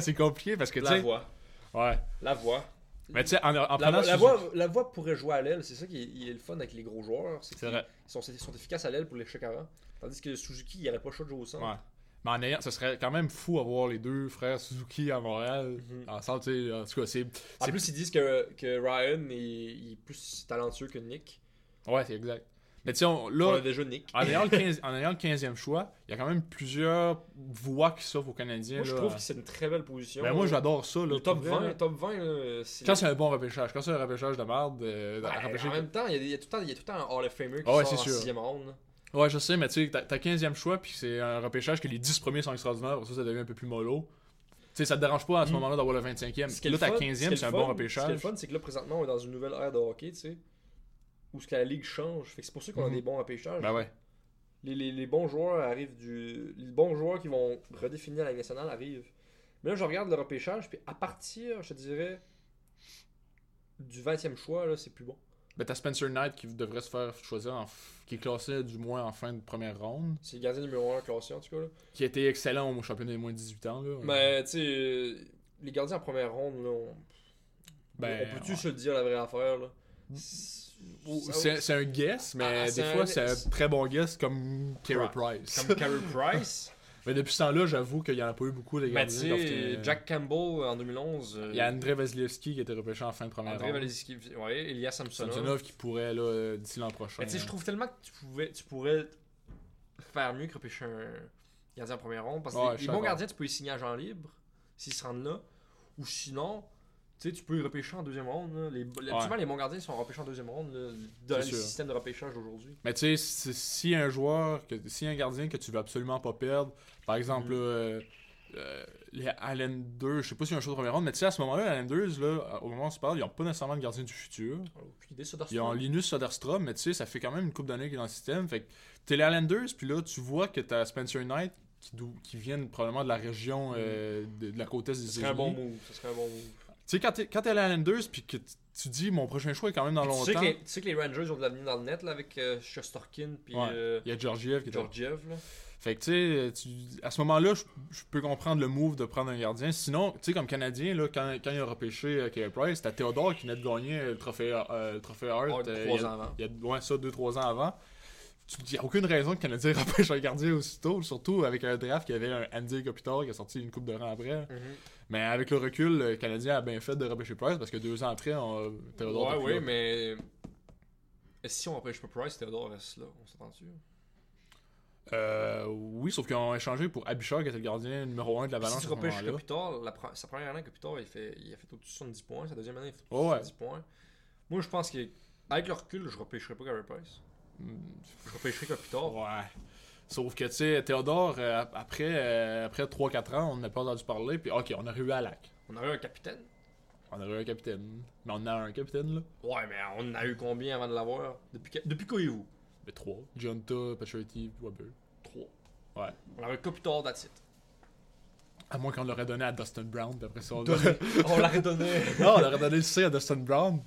Speaker 1: c'est compliqué parce que tu sais.
Speaker 2: Lavoie.
Speaker 1: Ouais.
Speaker 2: Lavoie.
Speaker 1: Mais tu sais, en, en
Speaker 2: La,
Speaker 1: prenant.
Speaker 2: la
Speaker 1: Suzuki-
Speaker 2: voix, la voix pourrait jouer à l'aile, c'est ça qui est, il est le fun avec les gros joueurs. C'est
Speaker 1: C'est
Speaker 2: qu'ils
Speaker 1: vrai.
Speaker 2: sont, ils sont efficaces à l'aile pour les chocs avant. Tandis que Suzuki, il n'aurait pas chaud de jouer au centre.
Speaker 1: Ouais. Mais en ayant, ce serait quand même fou avoir les deux frères Suzuki à Montréal
Speaker 2: Mhm.
Speaker 1: ensemble, tu sais. En tout cas, c'est.
Speaker 2: En
Speaker 1: c'est-
Speaker 2: plus, ils disent que, que Ryan est, il est plus talentueux que Nick.
Speaker 1: Ouais, c'est exact. Mais tu sais, on-
Speaker 2: On
Speaker 1: là, ah,
Speaker 2: a déjà Nick.
Speaker 1: en ayant, le 15 en ayant le 15e choix, il y a quand même plusieurs voix qui s'offrent aux Canadiens.
Speaker 2: moi, je
Speaker 1: là.
Speaker 2: trouve que c'est une très belle position.
Speaker 1: Ben moi j'adore ça. Là,
Speaker 2: le top
Speaker 1: pour vrai,
Speaker 2: 20.
Speaker 1: là.
Speaker 2: Le top 20, là, c'est.
Speaker 1: Quand c'est un bon repêchage, quand c'est un repêchage de merde, euh,
Speaker 2: Ouais,
Speaker 1: repêcher-
Speaker 2: en même temps, il y, a, des- il y a tout le temps, il y a tout le temps un Hall of Famer qui
Speaker 1: Ah ouais,
Speaker 2: sort
Speaker 1: c'est sûr.
Speaker 2: en 6e round. là.
Speaker 1: Ouais, je sais, mais tu sais, t'as t'as 15e choix, puis c'est un repêchage que les 10 premiers sont extraordinaires, pour ça, ça devient un peu plus mollo. Tu sais, ça te dérange pas à ce
Speaker 2: Mm.
Speaker 1: moment-là d'avoir le 25e. là, t'as 15e, c'est un bon
Speaker 2: Ce qui est
Speaker 1: repêchage.
Speaker 2: le fun, c'est que là, présentement, on est dans une nouvelle ère de hockey, tu sais, où ce que la ligue change. Fait que c'est pour ça
Speaker 1: Mhm.
Speaker 2: qu'on a des bons repêchages.
Speaker 1: Ben ouais.
Speaker 2: les, les- les bons joueurs arrivent du. Les bons joueurs qui vont redéfinir la Ligue nationale arrivent. Mais là, je regarde le repêchage, puis à partir, je te dirais, du 20e choix, là, c'est plus bon.
Speaker 1: Ben t'as Spencer Knight qui devrait se faire choisir, en f- qui est classé du moins en fin de première ronde,
Speaker 2: C'est le gardien numéro 1 classé, en tout cas. Là.
Speaker 1: qui a été excellent au championnat des moins de 18 ans. Là.
Speaker 2: Mais, tu sais, euh, les gardiens en première ronde, là, on,
Speaker 1: Ben,
Speaker 2: on peut-tu
Speaker 1: ouais.
Speaker 2: se le dire la vraie affaire, là?
Speaker 1: Ou-
Speaker 2: Ça-
Speaker 1: c'est c'est un guess, mais
Speaker 2: Ah,
Speaker 1: des
Speaker 2: c'est un-
Speaker 1: fois, c'est un très bon guess comme Carey Price.
Speaker 2: Comme Carey Price.
Speaker 1: Mais depuis ce temps-là, j'avoue qu'il n'y en a pas eu beaucoup, les
Speaker 2: <laughs> Mais,
Speaker 1: gardiens.
Speaker 2: tu
Speaker 1: doivent,
Speaker 2: sais,
Speaker 1: euh,
Speaker 2: Jack Campbell en 2011. euh,
Speaker 1: Il y a André Vasilevski qui a été repêché en fin de première
Speaker 2: André
Speaker 1: ronde.
Speaker 2: Valizki, ouais, Elias Samsonov.
Speaker 1: Samsonov qui pourrait, là, euh, d'ici l'an prochain.
Speaker 2: Mais tu sais, je trouve tellement que tu, pouvais, tu pourrais faire mieux que repêcher un, gardien en première ronde. Parce que
Speaker 1: Ouais,
Speaker 2: les-
Speaker 1: je
Speaker 2: les,
Speaker 1: suis
Speaker 2: bons
Speaker 1: d'accord.
Speaker 2: gardiens, tu peux les signer à agent libre s'ils se rendent là. Ou sinon, tu sais, tu peux les repêcher en deuxième ronde. là. Les, les-
Speaker 1: Ouais.
Speaker 2: souvent, les bons gardiens sont repêchés en deuxième ronde là, dans le
Speaker 1: C'est sûr.
Speaker 2: système de repêchage d'aujourd'hui.
Speaker 1: Mais tu sais, si- si un joueur, que, si un gardien que tu veux absolument pas perdre, par exemple,
Speaker 2: Mhm.
Speaker 1: là, euh, euh, les Allen 2, je sais pas s'il y a un show de première ronde, mais tu sais, à ce moment-là, les Allen 2, là, au moment où on se parle, ils ont pas nécessairement de gardien du futur.
Speaker 2: Alors, Ah, aucune idée, ça, dans ce
Speaker 1: Ils ont
Speaker 2: temps.
Speaker 1: Linus Soderstrom, mais tu sais, ça fait quand même une coupe d'années qu'il est dans le système. Fait que t'es les Islanders, puis là, tu vois que t'as Spencer Knight, qui, d'où- qui viennent probablement de la région euh, de, de la côte est des
Speaker 2: Mm. Ce serait un
Speaker 1: États-Unis.
Speaker 2: bon move. Ce serait un bon move.
Speaker 1: Tu sais, quand t'es quand t'es les Islanders, puis que t- tu dis, mon prochain choix est quand même dans
Speaker 2: Puis Tu sais,
Speaker 1: longtemps,
Speaker 2: que les, tu sais que les Rangers ont de l'avenir dans le net là, avec euh, Shostorkin puis
Speaker 1: Ouais.
Speaker 2: euh,
Speaker 1: il y a Georgiev qui est
Speaker 2: Georgiev. là.
Speaker 1: Fait que tu sais, euh, tu- à ce moment-là, je, je peux comprendre le move de prendre un gardien. Sinon, tu sais, comme Canadien, là, quand, quand il a repêché euh, Carey Price, t'as Théodore qui venait de gagner euh, le trophée, euh, le trophée Hart.
Speaker 2: Hart,
Speaker 1: euh,
Speaker 2: Ah, trois
Speaker 1: il y a-
Speaker 2: ans avant.
Speaker 1: Il y a ouais, ça 2-3 ans avant. Tu te dis, y a aucune raison que le Canadien <laughs> repêche un gardien aussitôt, surtout avec un draft qui avait un Andy Kopitar qui a sorti une coupe de rang après.
Speaker 2: Mhm.
Speaker 1: Mais avec le recul, le Canadien a bien fait de repêcher Price parce que deux ans après, on... Théodore
Speaker 2: ouais,
Speaker 1: était plus
Speaker 2: ouais,
Speaker 1: là.
Speaker 2: mais. Et si on empêche pas Price, Theodore reste là, on s'entend-tu?
Speaker 1: Ah, Euh, oui, sauf qu'ils ont échangé pour Abishar qui était le gardien numéro 1 de la
Speaker 2: Puis Si
Speaker 1: balance.
Speaker 2: tu repêches Kopitar, la pre- sa première année, Kopitar, il, fait, il a fait au-dessus de 70 points. Sa deuxième année, il fait
Speaker 1: Ouais, ouais.
Speaker 2: 70 points. Moi, je pense qu'avec le recul, je repêcherai pas Gary Price. Je repêcherai Kopitar.
Speaker 1: Ouais. Sauf que, tu sais, Théodore, euh, ap- après, euh, après 3-4 ans, on n'a pas entendu parler, puis ok, on a eu Alak.
Speaker 2: On aurait un capitaine.
Speaker 1: On a eu un capitaine. Mais on a un capitaine, là.
Speaker 2: Ouais, mais on en a eu combien avant de l'avoir? Depuis, que- depuis quoi vous
Speaker 1: Mais 3. Giunta, Pachoretti, Weber.
Speaker 2: 3.
Speaker 1: Ouais.
Speaker 2: On aurait Kopitar,
Speaker 1: <laughs>
Speaker 2: that's it.
Speaker 1: À moins qu'on l'aurait donné à Dustin Brown, puis après ça, on
Speaker 2: Donné.
Speaker 1: <laughs> l'aurait...
Speaker 2: on l'aurait donné. <laughs>
Speaker 1: non, on l'aurait donné le C à Dustin <laughs> Brown.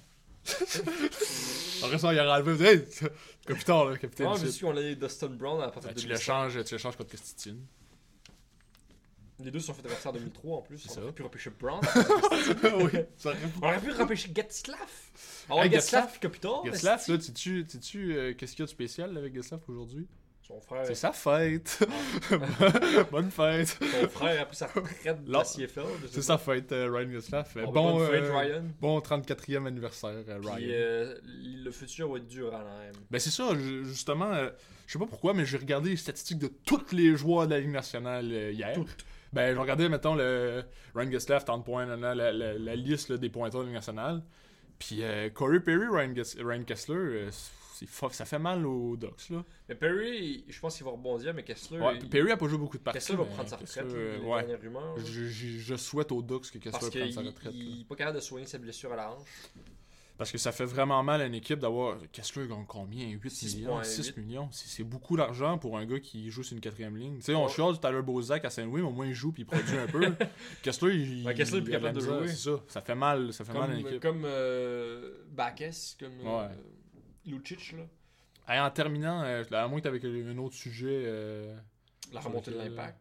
Speaker 1: après ça, il aurait enlevé... Hey, t- capitaine, là, capitaine.
Speaker 2: Non,
Speaker 1: ici.
Speaker 2: Ah, mais si on a eu Dustin Brown à partir
Speaker 1: Ben,
Speaker 2: de
Speaker 1: tu le
Speaker 2: 2005.
Speaker 1: changes, tu le changes contre Costitine.
Speaker 2: Les deux se sont fait avertir en 2003 en plus.
Speaker 1: C'est
Speaker 2: On
Speaker 1: ça.
Speaker 2: aurait pu repêcher
Speaker 1: <laughs>
Speaker 2: Brown.
Speaker 1: <laughs> oui, ça aurait
Speaker 2: On aurait pu repêcher Gatslav. Alors,
Speaker 1: Hey,
Speaker 2: Gatslav puis Kopitar. mais
Speaker 1: Geslav, là, tu tu qu'est-ce qu'il y a de spécial avec Geslav aujourd'hui?
Speaker 2: Son frère,
Speaker 1: C'est sa
Speaker 2: <laughs>
Speaker 1: fête! Bonne fête!
Speaker 2: son frère a pris sa retraite de
Speaker 1: Non.
Speaker 2: la CFL. je sais
Speaker 1: C'est
Speaker 2: pas.
Speaker 1: sa fête, euh, Ryan Geslav.
Speaker 2: Ah,
Speaker 1: bon,
Speaker 2: bonne fête,
Speaker 1: euh,
Speaker 2: Ryan.
Speaker 1: bon 34e anniversaire, euh, Ryan.
Speaker 2: Puis euh, le futur va être dur à l'AM.
Speaker 1: Ben c'est ça, je- justement, euh, je sais pas pourquoi, mais j'ai regardé les statistiques de tous les joueurs de la Ligue nationale euh, hier.
Speaker 2: Toutes.
Speaker 1: Ben, je regardais, mettons, le Ryan Getzlaff, 30 points, nanana, la, la- la liste là, des pointeurs de la Ligue nationale. Puis euh, Corey Perry, Ryan, Gets- Ryan Kessler, euh, c'est fuck, ça fait mal aux Ducks, là.
Speaker 2: Mais Perry, je pense qu'il va rebondir, mais Kessler,
Speaker 1: Ouais,
Speaker 2: il-
Speaker 1: Perry a pas joué beaucoup de parties.
Speaker 2: Kessler va
Speaker 1: mais
Speaker 2: prendre sa
Speaker 1: Kessler,
Speaker 2: retraite,
Speaker 1: euh,
Speaker 2: les
Speaker 1: ouais.
Speaker 2: dernières rumeurs.
Speaker 1: Je, je- je souhaite aux Ducks que Kessler
Speaker 2: Parce
Speaker 1: prenne sa
Speaker 2: qu'il
Speaker 1: retraite. là.
Speaker 2: n'est pas capable de soigner sa blessure à la hanche.
Speaker 1: Parce que ça fait vraiment mal à une équipe d'avoir. Kessler gagne combien 8
Speaker 2: 6,8.
Speaker 1: millions 6 millions C'est c'est beaucoup d'argent pour un gars qui joue sur une quatrième ligne. Tu sais, on
Speaker 2: Ouais.
Speaker 1: chiale tout à l'heure Bozak à Saint-Louis, mais au moins il joue puis il produit un
Speaker 2: <laughs>
Speaker 1: peu. Kessler, il.
Speaker 2: Ouais, Kessler est plus
Speaker 1: il a la
Speaker 2: capable de
Speaker 1: misère,
Speaker 2: jouer.
Speaker 1: C'est ça. Ça fait mal, ça fait mal à une
Speaker 2: Comme,
Speaker 1: équipe.
Speaker 2: comme euh, Backes, comme euh,
Speaker 1: Ouais.
Speaker 2: Lucic, là.
Speaker 1: Hey, en terminant, euh, à moins que tu avais un autre sujet. euh,
Speaker 2: la remontée de
Speaker 1: Ok.
Speaker 2: l'impact.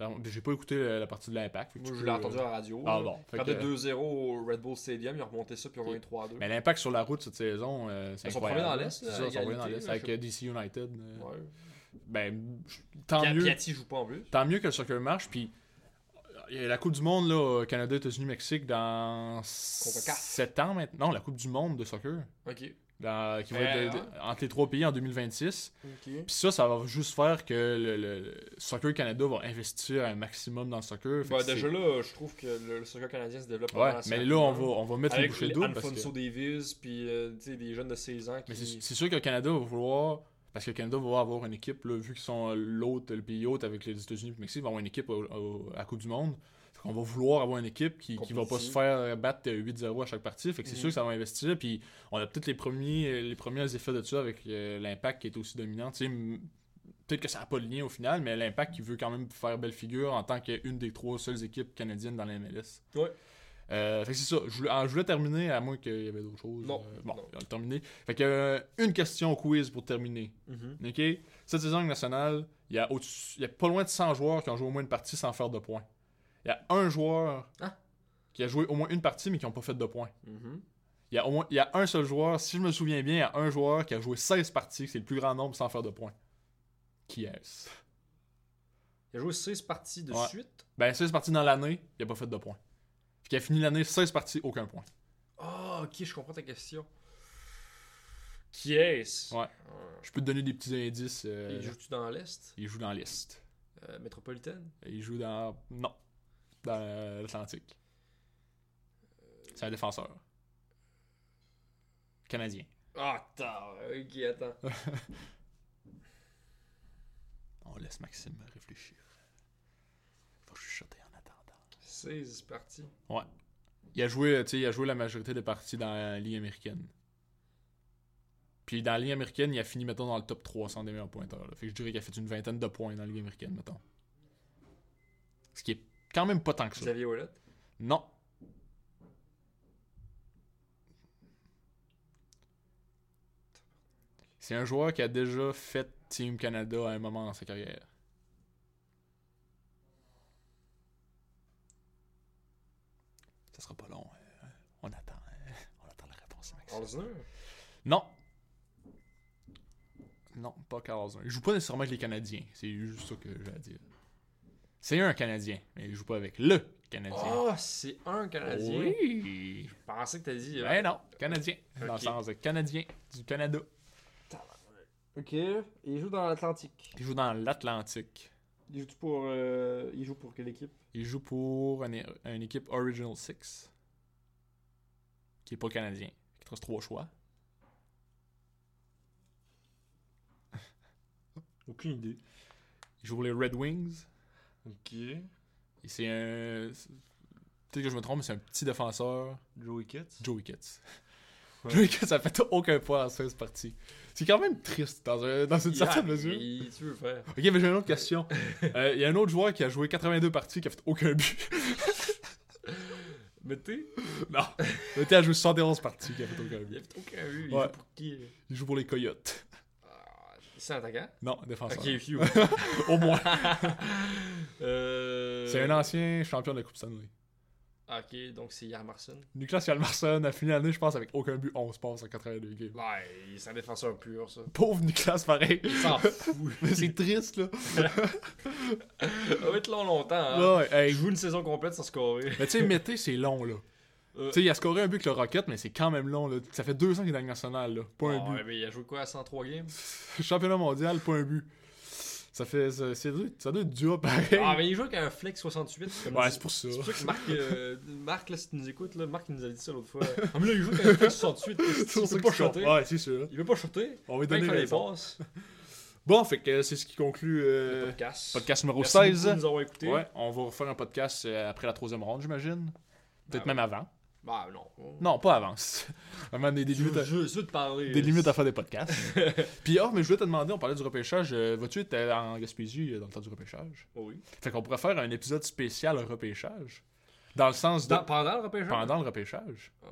Speaker 1: là, J'ai pas écouté euh, la partie de l'impact. fait que
Speaker 2: Moi,
Speaker 1: tu
Speaker 2: je
Speaker 1: peux,
Speaker 2: l'ai
Speaker 1: euh,
Speaker 2: entendu à la radio.
Speaker 1: Ah
Speaker 2: là.
Speaker 1: bon. fait
Speaker 2: Ils
Speaker 1: que-
Speaker 2: perdaient 2-0 au Red Bull Stadium, ils ont remonté ça, puis ils ont
Speaker 1: Ok.
Speaker 2: gagné 3-2.
Speaker 1: Mais l'impact sur la route cette saison, euh, c'est
Speaker 2: Ils sont
Speaker 1: incroyable.
Speaker 2: premiers dans l'Est, là,
Speaker 1: C'est ça, ils sont
Speaker 2: à
Speaker 1: premiers dans
Speaker 2: égalité,
Speaker 1: l'Est
Speaker 2: là,
Speaker 1: avec
Speaker 2: je-
Speaker 1: euh, DC United. euh,
Speaker 2: Ouais.
Speaker 1: Ben, je- tant
Speaker 2: Pia-
Speaker 1: mieux.
Speaker 2: Piatti joue pas en plus.
Speaker 1: tant mieux que le soccer marche. Puis euh, il y a la Coupe du Monde, là, Canada, États-Unis, Mexique, dans
Speaker 2: Concacaf.
Speaker 1: 7 ans maintenant. Non, la Coupe du Monde de soccer.
Speaker 2: Ok.
Speaker 1: dans- qui va
Speaker 2: Euh,
Speaker 1: être de- de-
Speaker 2: ouais.
Speaker 1: entre les trois pays en 2026.
Speaker 2: Ok.
Speaker 1: Puis ça, ça va juste faire que le, le- le Soccer Canada va investir un maximum dans le soccer. Fait que c'est-
Speaker 2: bah, déjà là, je trouve que le, le soccer canadien se développe.
Speaker 1: Ouais,
Speaker 2: vraiment assez
Speaker 1: mais là, on va,
Speaker 2: rapidement.
Speaker 1: on va mettre les
Speaker 2: Avec
Speaker 1: bouchées
Speaker 2: les
Speaker 1: d'eau. parce que-
Speaker 2: Alfonso Davis, puis euh, tu sais, des jeunes de 16 ans qui.
Speaker 1: Mais c'est c'est sûr que le Canada va vouloir. Parce que le Canada va avoir une équipe, là, vu qu'ils sont l'autre, le pays hôte avec les États-Unis et le Mexique, va avoir une équipe au- au- à la Coupe du Monde. on va vouloir avoir une équipe qui, qui va pas se
Speaker 2: Compétitive.
Speaker 1: faire battre 8-0 à chaque partie. Fait que c'est
Speaker 2: Mhm.
Speaker 1: sûr que ça va investir. Puis on a peut-être les premiers, les premiers effets de ça avec euh, l'impact qui est aussi dominant. Tu sais, m- Peut-être que ça n'a pas de lien au final, mais l'impact qui veut quand même faire belle figure en tant qu'une des trois seules équipes canadiennes dans la MLS.
Speaker 2: Ouais.
Speaker 1: Euh, fait que c'est ça. Je voulais, ah, je voulais terminer, à moins qu'il y avait d'autres choses.
Speaker 2: Non,
Speaker 1: Euh, bon,
Speaker 2: non.
Speaker 1: on va le terminer. Fait que, euh, une question quiz pour terminer.
Speaker 2: Mhm.
Speaker 1: OK? Cette saison nationale, il y, a au-dessus- il y a pas loin de 100 joueurs qui ont joué au moins une partie sans faire de points. Il y a un joueur
Speaker 2: Ah.
Speaker 1: qui a joué au moins une partie, mais qui n'a pas fait de points.
Speaker 2: Mhm.
Speaker 1: Il y, a au moins, il y a un seul joueur, si je me souviens bien, il y a un joueur qui a joué 16 parties, c'est le plus grand nombre sans faire de points. Qui est-ce?
Speaker 2: Il a joué 6 parties de
Speaker 1: Ouais.
Speaker 2: suite.
Speaker 1: Ben, 16 parties dans l'année, il n'a pas fait de points. Fait qu'il a fini l'année 16 parties, aucun point.
Speaker 2: Ah, ok, je comprends ta question. Qui est-ce
Speaker 1: Ouais. Je peux te donner des petits indices. euh,
Speaker 2: Il joue-tu dans l'Est
Speaker 1: il joue dans l'Est.
Speaker 2: euh, métropolitaine.
Speaker 1: Il joue dans. Non. Dans euh, l'Atlantique. C'est un défenseur. Canadien.
Speaker 2: Ah, attends, ok, attends.
Speaker 1: On laisse Maxime réfléchir. Faut chuchoter en attendant.
Speaker 2: 16 parties.
Speaker 1: Il a joué, tu sais, il a joué la majorité des parties dans la Ligue américaine. Puis dans la Ligue américaine, il a fini, mettons, dans le top 300 des meilleurs pointeurs. là. Fait que je dirais qu'il a fait une vingtaine de points dans la Ligue américaine, mettons. Ce qui est quand même pas tant que ça.
Speaker 2: Xavier Ouellet.
Speaker 1: Non. C'est un joueur qui a déjà fait Team Canada à un moment dans sa carrière. Ça sera pas long. hein. On attend. hein. On attend la réponse, Max.
Speaker 2: Alzner.
Speaker 1: Non. Non, pas Carl Zun. Il joue pas nécessairement avec les Canadiens. C'est juste ça que j'ai à dire. C'est un Canadien, mais il joue pas avec LE Canadien.
Speaker 2: Ah, c'est un Canadien.
Speaker 1: Oui.
Speaker 2: Je pensais que t'as dit. euh,
Speaker 1: Ben non, Canadien. Dans le
Speaker 2: Ok.
Speaker 1: sens de Canadien du Canada.
Speaker 2: Ok, il joue dans l'Atlantique.
Speaker 1: Il joue dans l'Atlantique.
Speaker 2: Il joue pour, euh, il joue pour quelle équipe
Speaker 1: Il joue pour une, une équipe Original Six. Qui est pas canadien. Qui te reste trois choix.
Speaker 2: Aucune idée.
Speaker 1: Il joue pour les Red Wings.
Speaker 2: Ok.
Speaker 1: Et c'est un. c'est- Peut-être que je me trompe, mais c'est un petit défenseur.
Speaker 2: Joe Wickett.
Speaker 1: Joe Wicketts.
Speaker 2: Ouais.
Speaker 1: Joe Wicketts a fait aucun point en 16 parties. C'est quand même triste dans, un- dans une certaine mesure.
Speaker 2: Il, tu veux faire.
Speaker 1: Ok, mais j'ai une autre question. Euh, Il y a un autre joueur qui a joué 82 parties qui a fait aucun but.
Speaker 2: Mais t'es.
Speaker 1: non. Le T a joué 111 parties qui a fait aucun
Speaker 2: Il
Speaker 1: but.
Speaker 2: a plutôt aucun but. Il
Speaker 1: Ouais.
Speaker 2: joue pour qui
Speaker 1: Il joue pour les Coyotes.
Speaker 2: Ah, C'est un attaquant
Speaker 1: Non, défenseur.
Speaker 2: Ok,
Speaker 1: <laughs>
Speaker 2: Hugh.
Speaker 1: Au moins.
Speaker 2: Euh,
Speaker 1: <laughs> C'est un ancien champion de la Coupe Stanley.
Speaker 2: Ok, donc c'est Yarmarson.
Speaker 1: Nicolas Hjalmarsson a fini l'année, je pense, avec aucun but 11 passes en 82 games. Ah,
Speaker 2: Ouais, c'est un défenseur pur, ça.
Speaker 1: Pauvre Nicolas, pareil.
Speaker 2: Il s'en fout.
Speaker 1: Mais <laughs> c'est triste, là.
Speaker 2: Ça va être long longtemps. Hein.
Speaker 1: Ah. Ouais, ouais, hey,
Speaker 2: Il joue une saison complète sans scorer.
Speaker 1: Mais tu sais, Mété, c'est long, là.
Speaker 2: Euh,
Speaker 1: Tu sais, il a scoré un but avec le Rocket, mais c'est quand même long, là. Ça fait deux ans qu'il est dans le national, là. Pas un
Speaker 2: Ah,
Speaker 1: but.
Speaker 2: ouais, mais il a joué quoi à 103 games
Speaker 1: <laughs> Championnat mondial, pas un but. Ça fait. Ça, c'est- ça doit être dur, pareil.
Speaker 2: Ah, mais il joue avec un flex 68. Comme
Speaker 1: ouais,
Speaker 2: dit-
Speaker 1: c'est pour ça.
Speaker 2: c'est pour ça que Marc, euh, Marc là, si tu nous écoutes, là, Marc il nous a dit ça l'autre fois. <laughs> Ah, mais là, il joue avec un flex <laughs> 68.
Speaker 1: <laughs> C'est pour
Speaker 2: Il
Speaker 1: ça
Speaker 2: veut
Speaker 1: qu'il
Speaker 2: pas
Speaker 1: sort.
Speaker 2: shotter.
Speaker 1: Ouais, c'est sûr.
Speaker 2: Il veut pas shotter.
Speaker 1: On va lui
Speaker 2: Il Euh, veut
Speaker 1: donner
Speaker 2: faire les
Speaker 1: raison.
Speaker 2: passes.
Speaker 1: Bon, fait que c'est ce qui conclut euh,
Speaker 2: Podcast.
Speaker 1: podcast numéro
Speaker 2: Merci
Speaker 1: 16.
Speaker 2: beaucoup de nous avoir écoutés.
Speaker 1: Ouais, on va refaire un podcast euh, après la troisième ronde, j'imagine. Peut-être
Speaker 2: Ah
Speaker 1: même avant.
Speaker 2: Bah, non.
Speaker 1: Non, pas avant. <laughs> À un moment donné, des
Speaker 2: Je
Speaker 1: limites à,
Speaker 2: veux- je veux juste te parler.
Speaker 1: des limites à faire des <laughs> podcasts. Puis, oh, mais je voulais te demander, on parlait du repêchage. euh, Vas-tu être euh, en Gaspésie euh, dans le temps du repêchage?
Speaker 2: Oh Oui.
Speaker 1: Fait qu'on pourrait faire un épisode spécial au repêchage. Dans le sens de...
Speaker 2: Dans- pendant le repêchage
Speaker 1: Pendant le repêchage.
Speaker 2: Euh,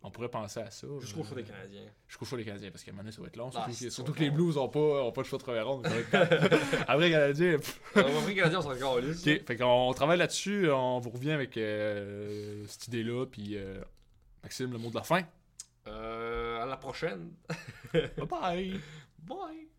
Speaker 1: On pourrait penser à ça.
Speaker 2: Jusqu'au choix
Speaker 1: euh,
Speaker 2: des <laughs> Canadiens.
Speaker 1: Jusqu'au choix des Canadiens, parce qu'à un moment donné, ça va être long.
Speaker 2: Ah,
Speaker 1: Surtout,
Speaker 2: c'est
Speaker 1: que, Bah, surtout
Speaker 2: trop
Speaker 1: que les
Speaker 2: long.
Speaker 1: Blues n'ont pas, ont pas de choix de première ronde. ça <laughs> va être calme. Après, les Canadiens... pff,
Speaker 2: Euh, On va pris Canadiens, on s'en calisse.
Speaker 1: OK, fait qu'on travaille là-dessus. On vous revient avec euh, cette idée-là. Puis, euh, Maxime, le mot de la fin.
Speaker 2: Euh, à la prochaine.
Speaker 1: Bye-bye!
Speaker 2: Bye.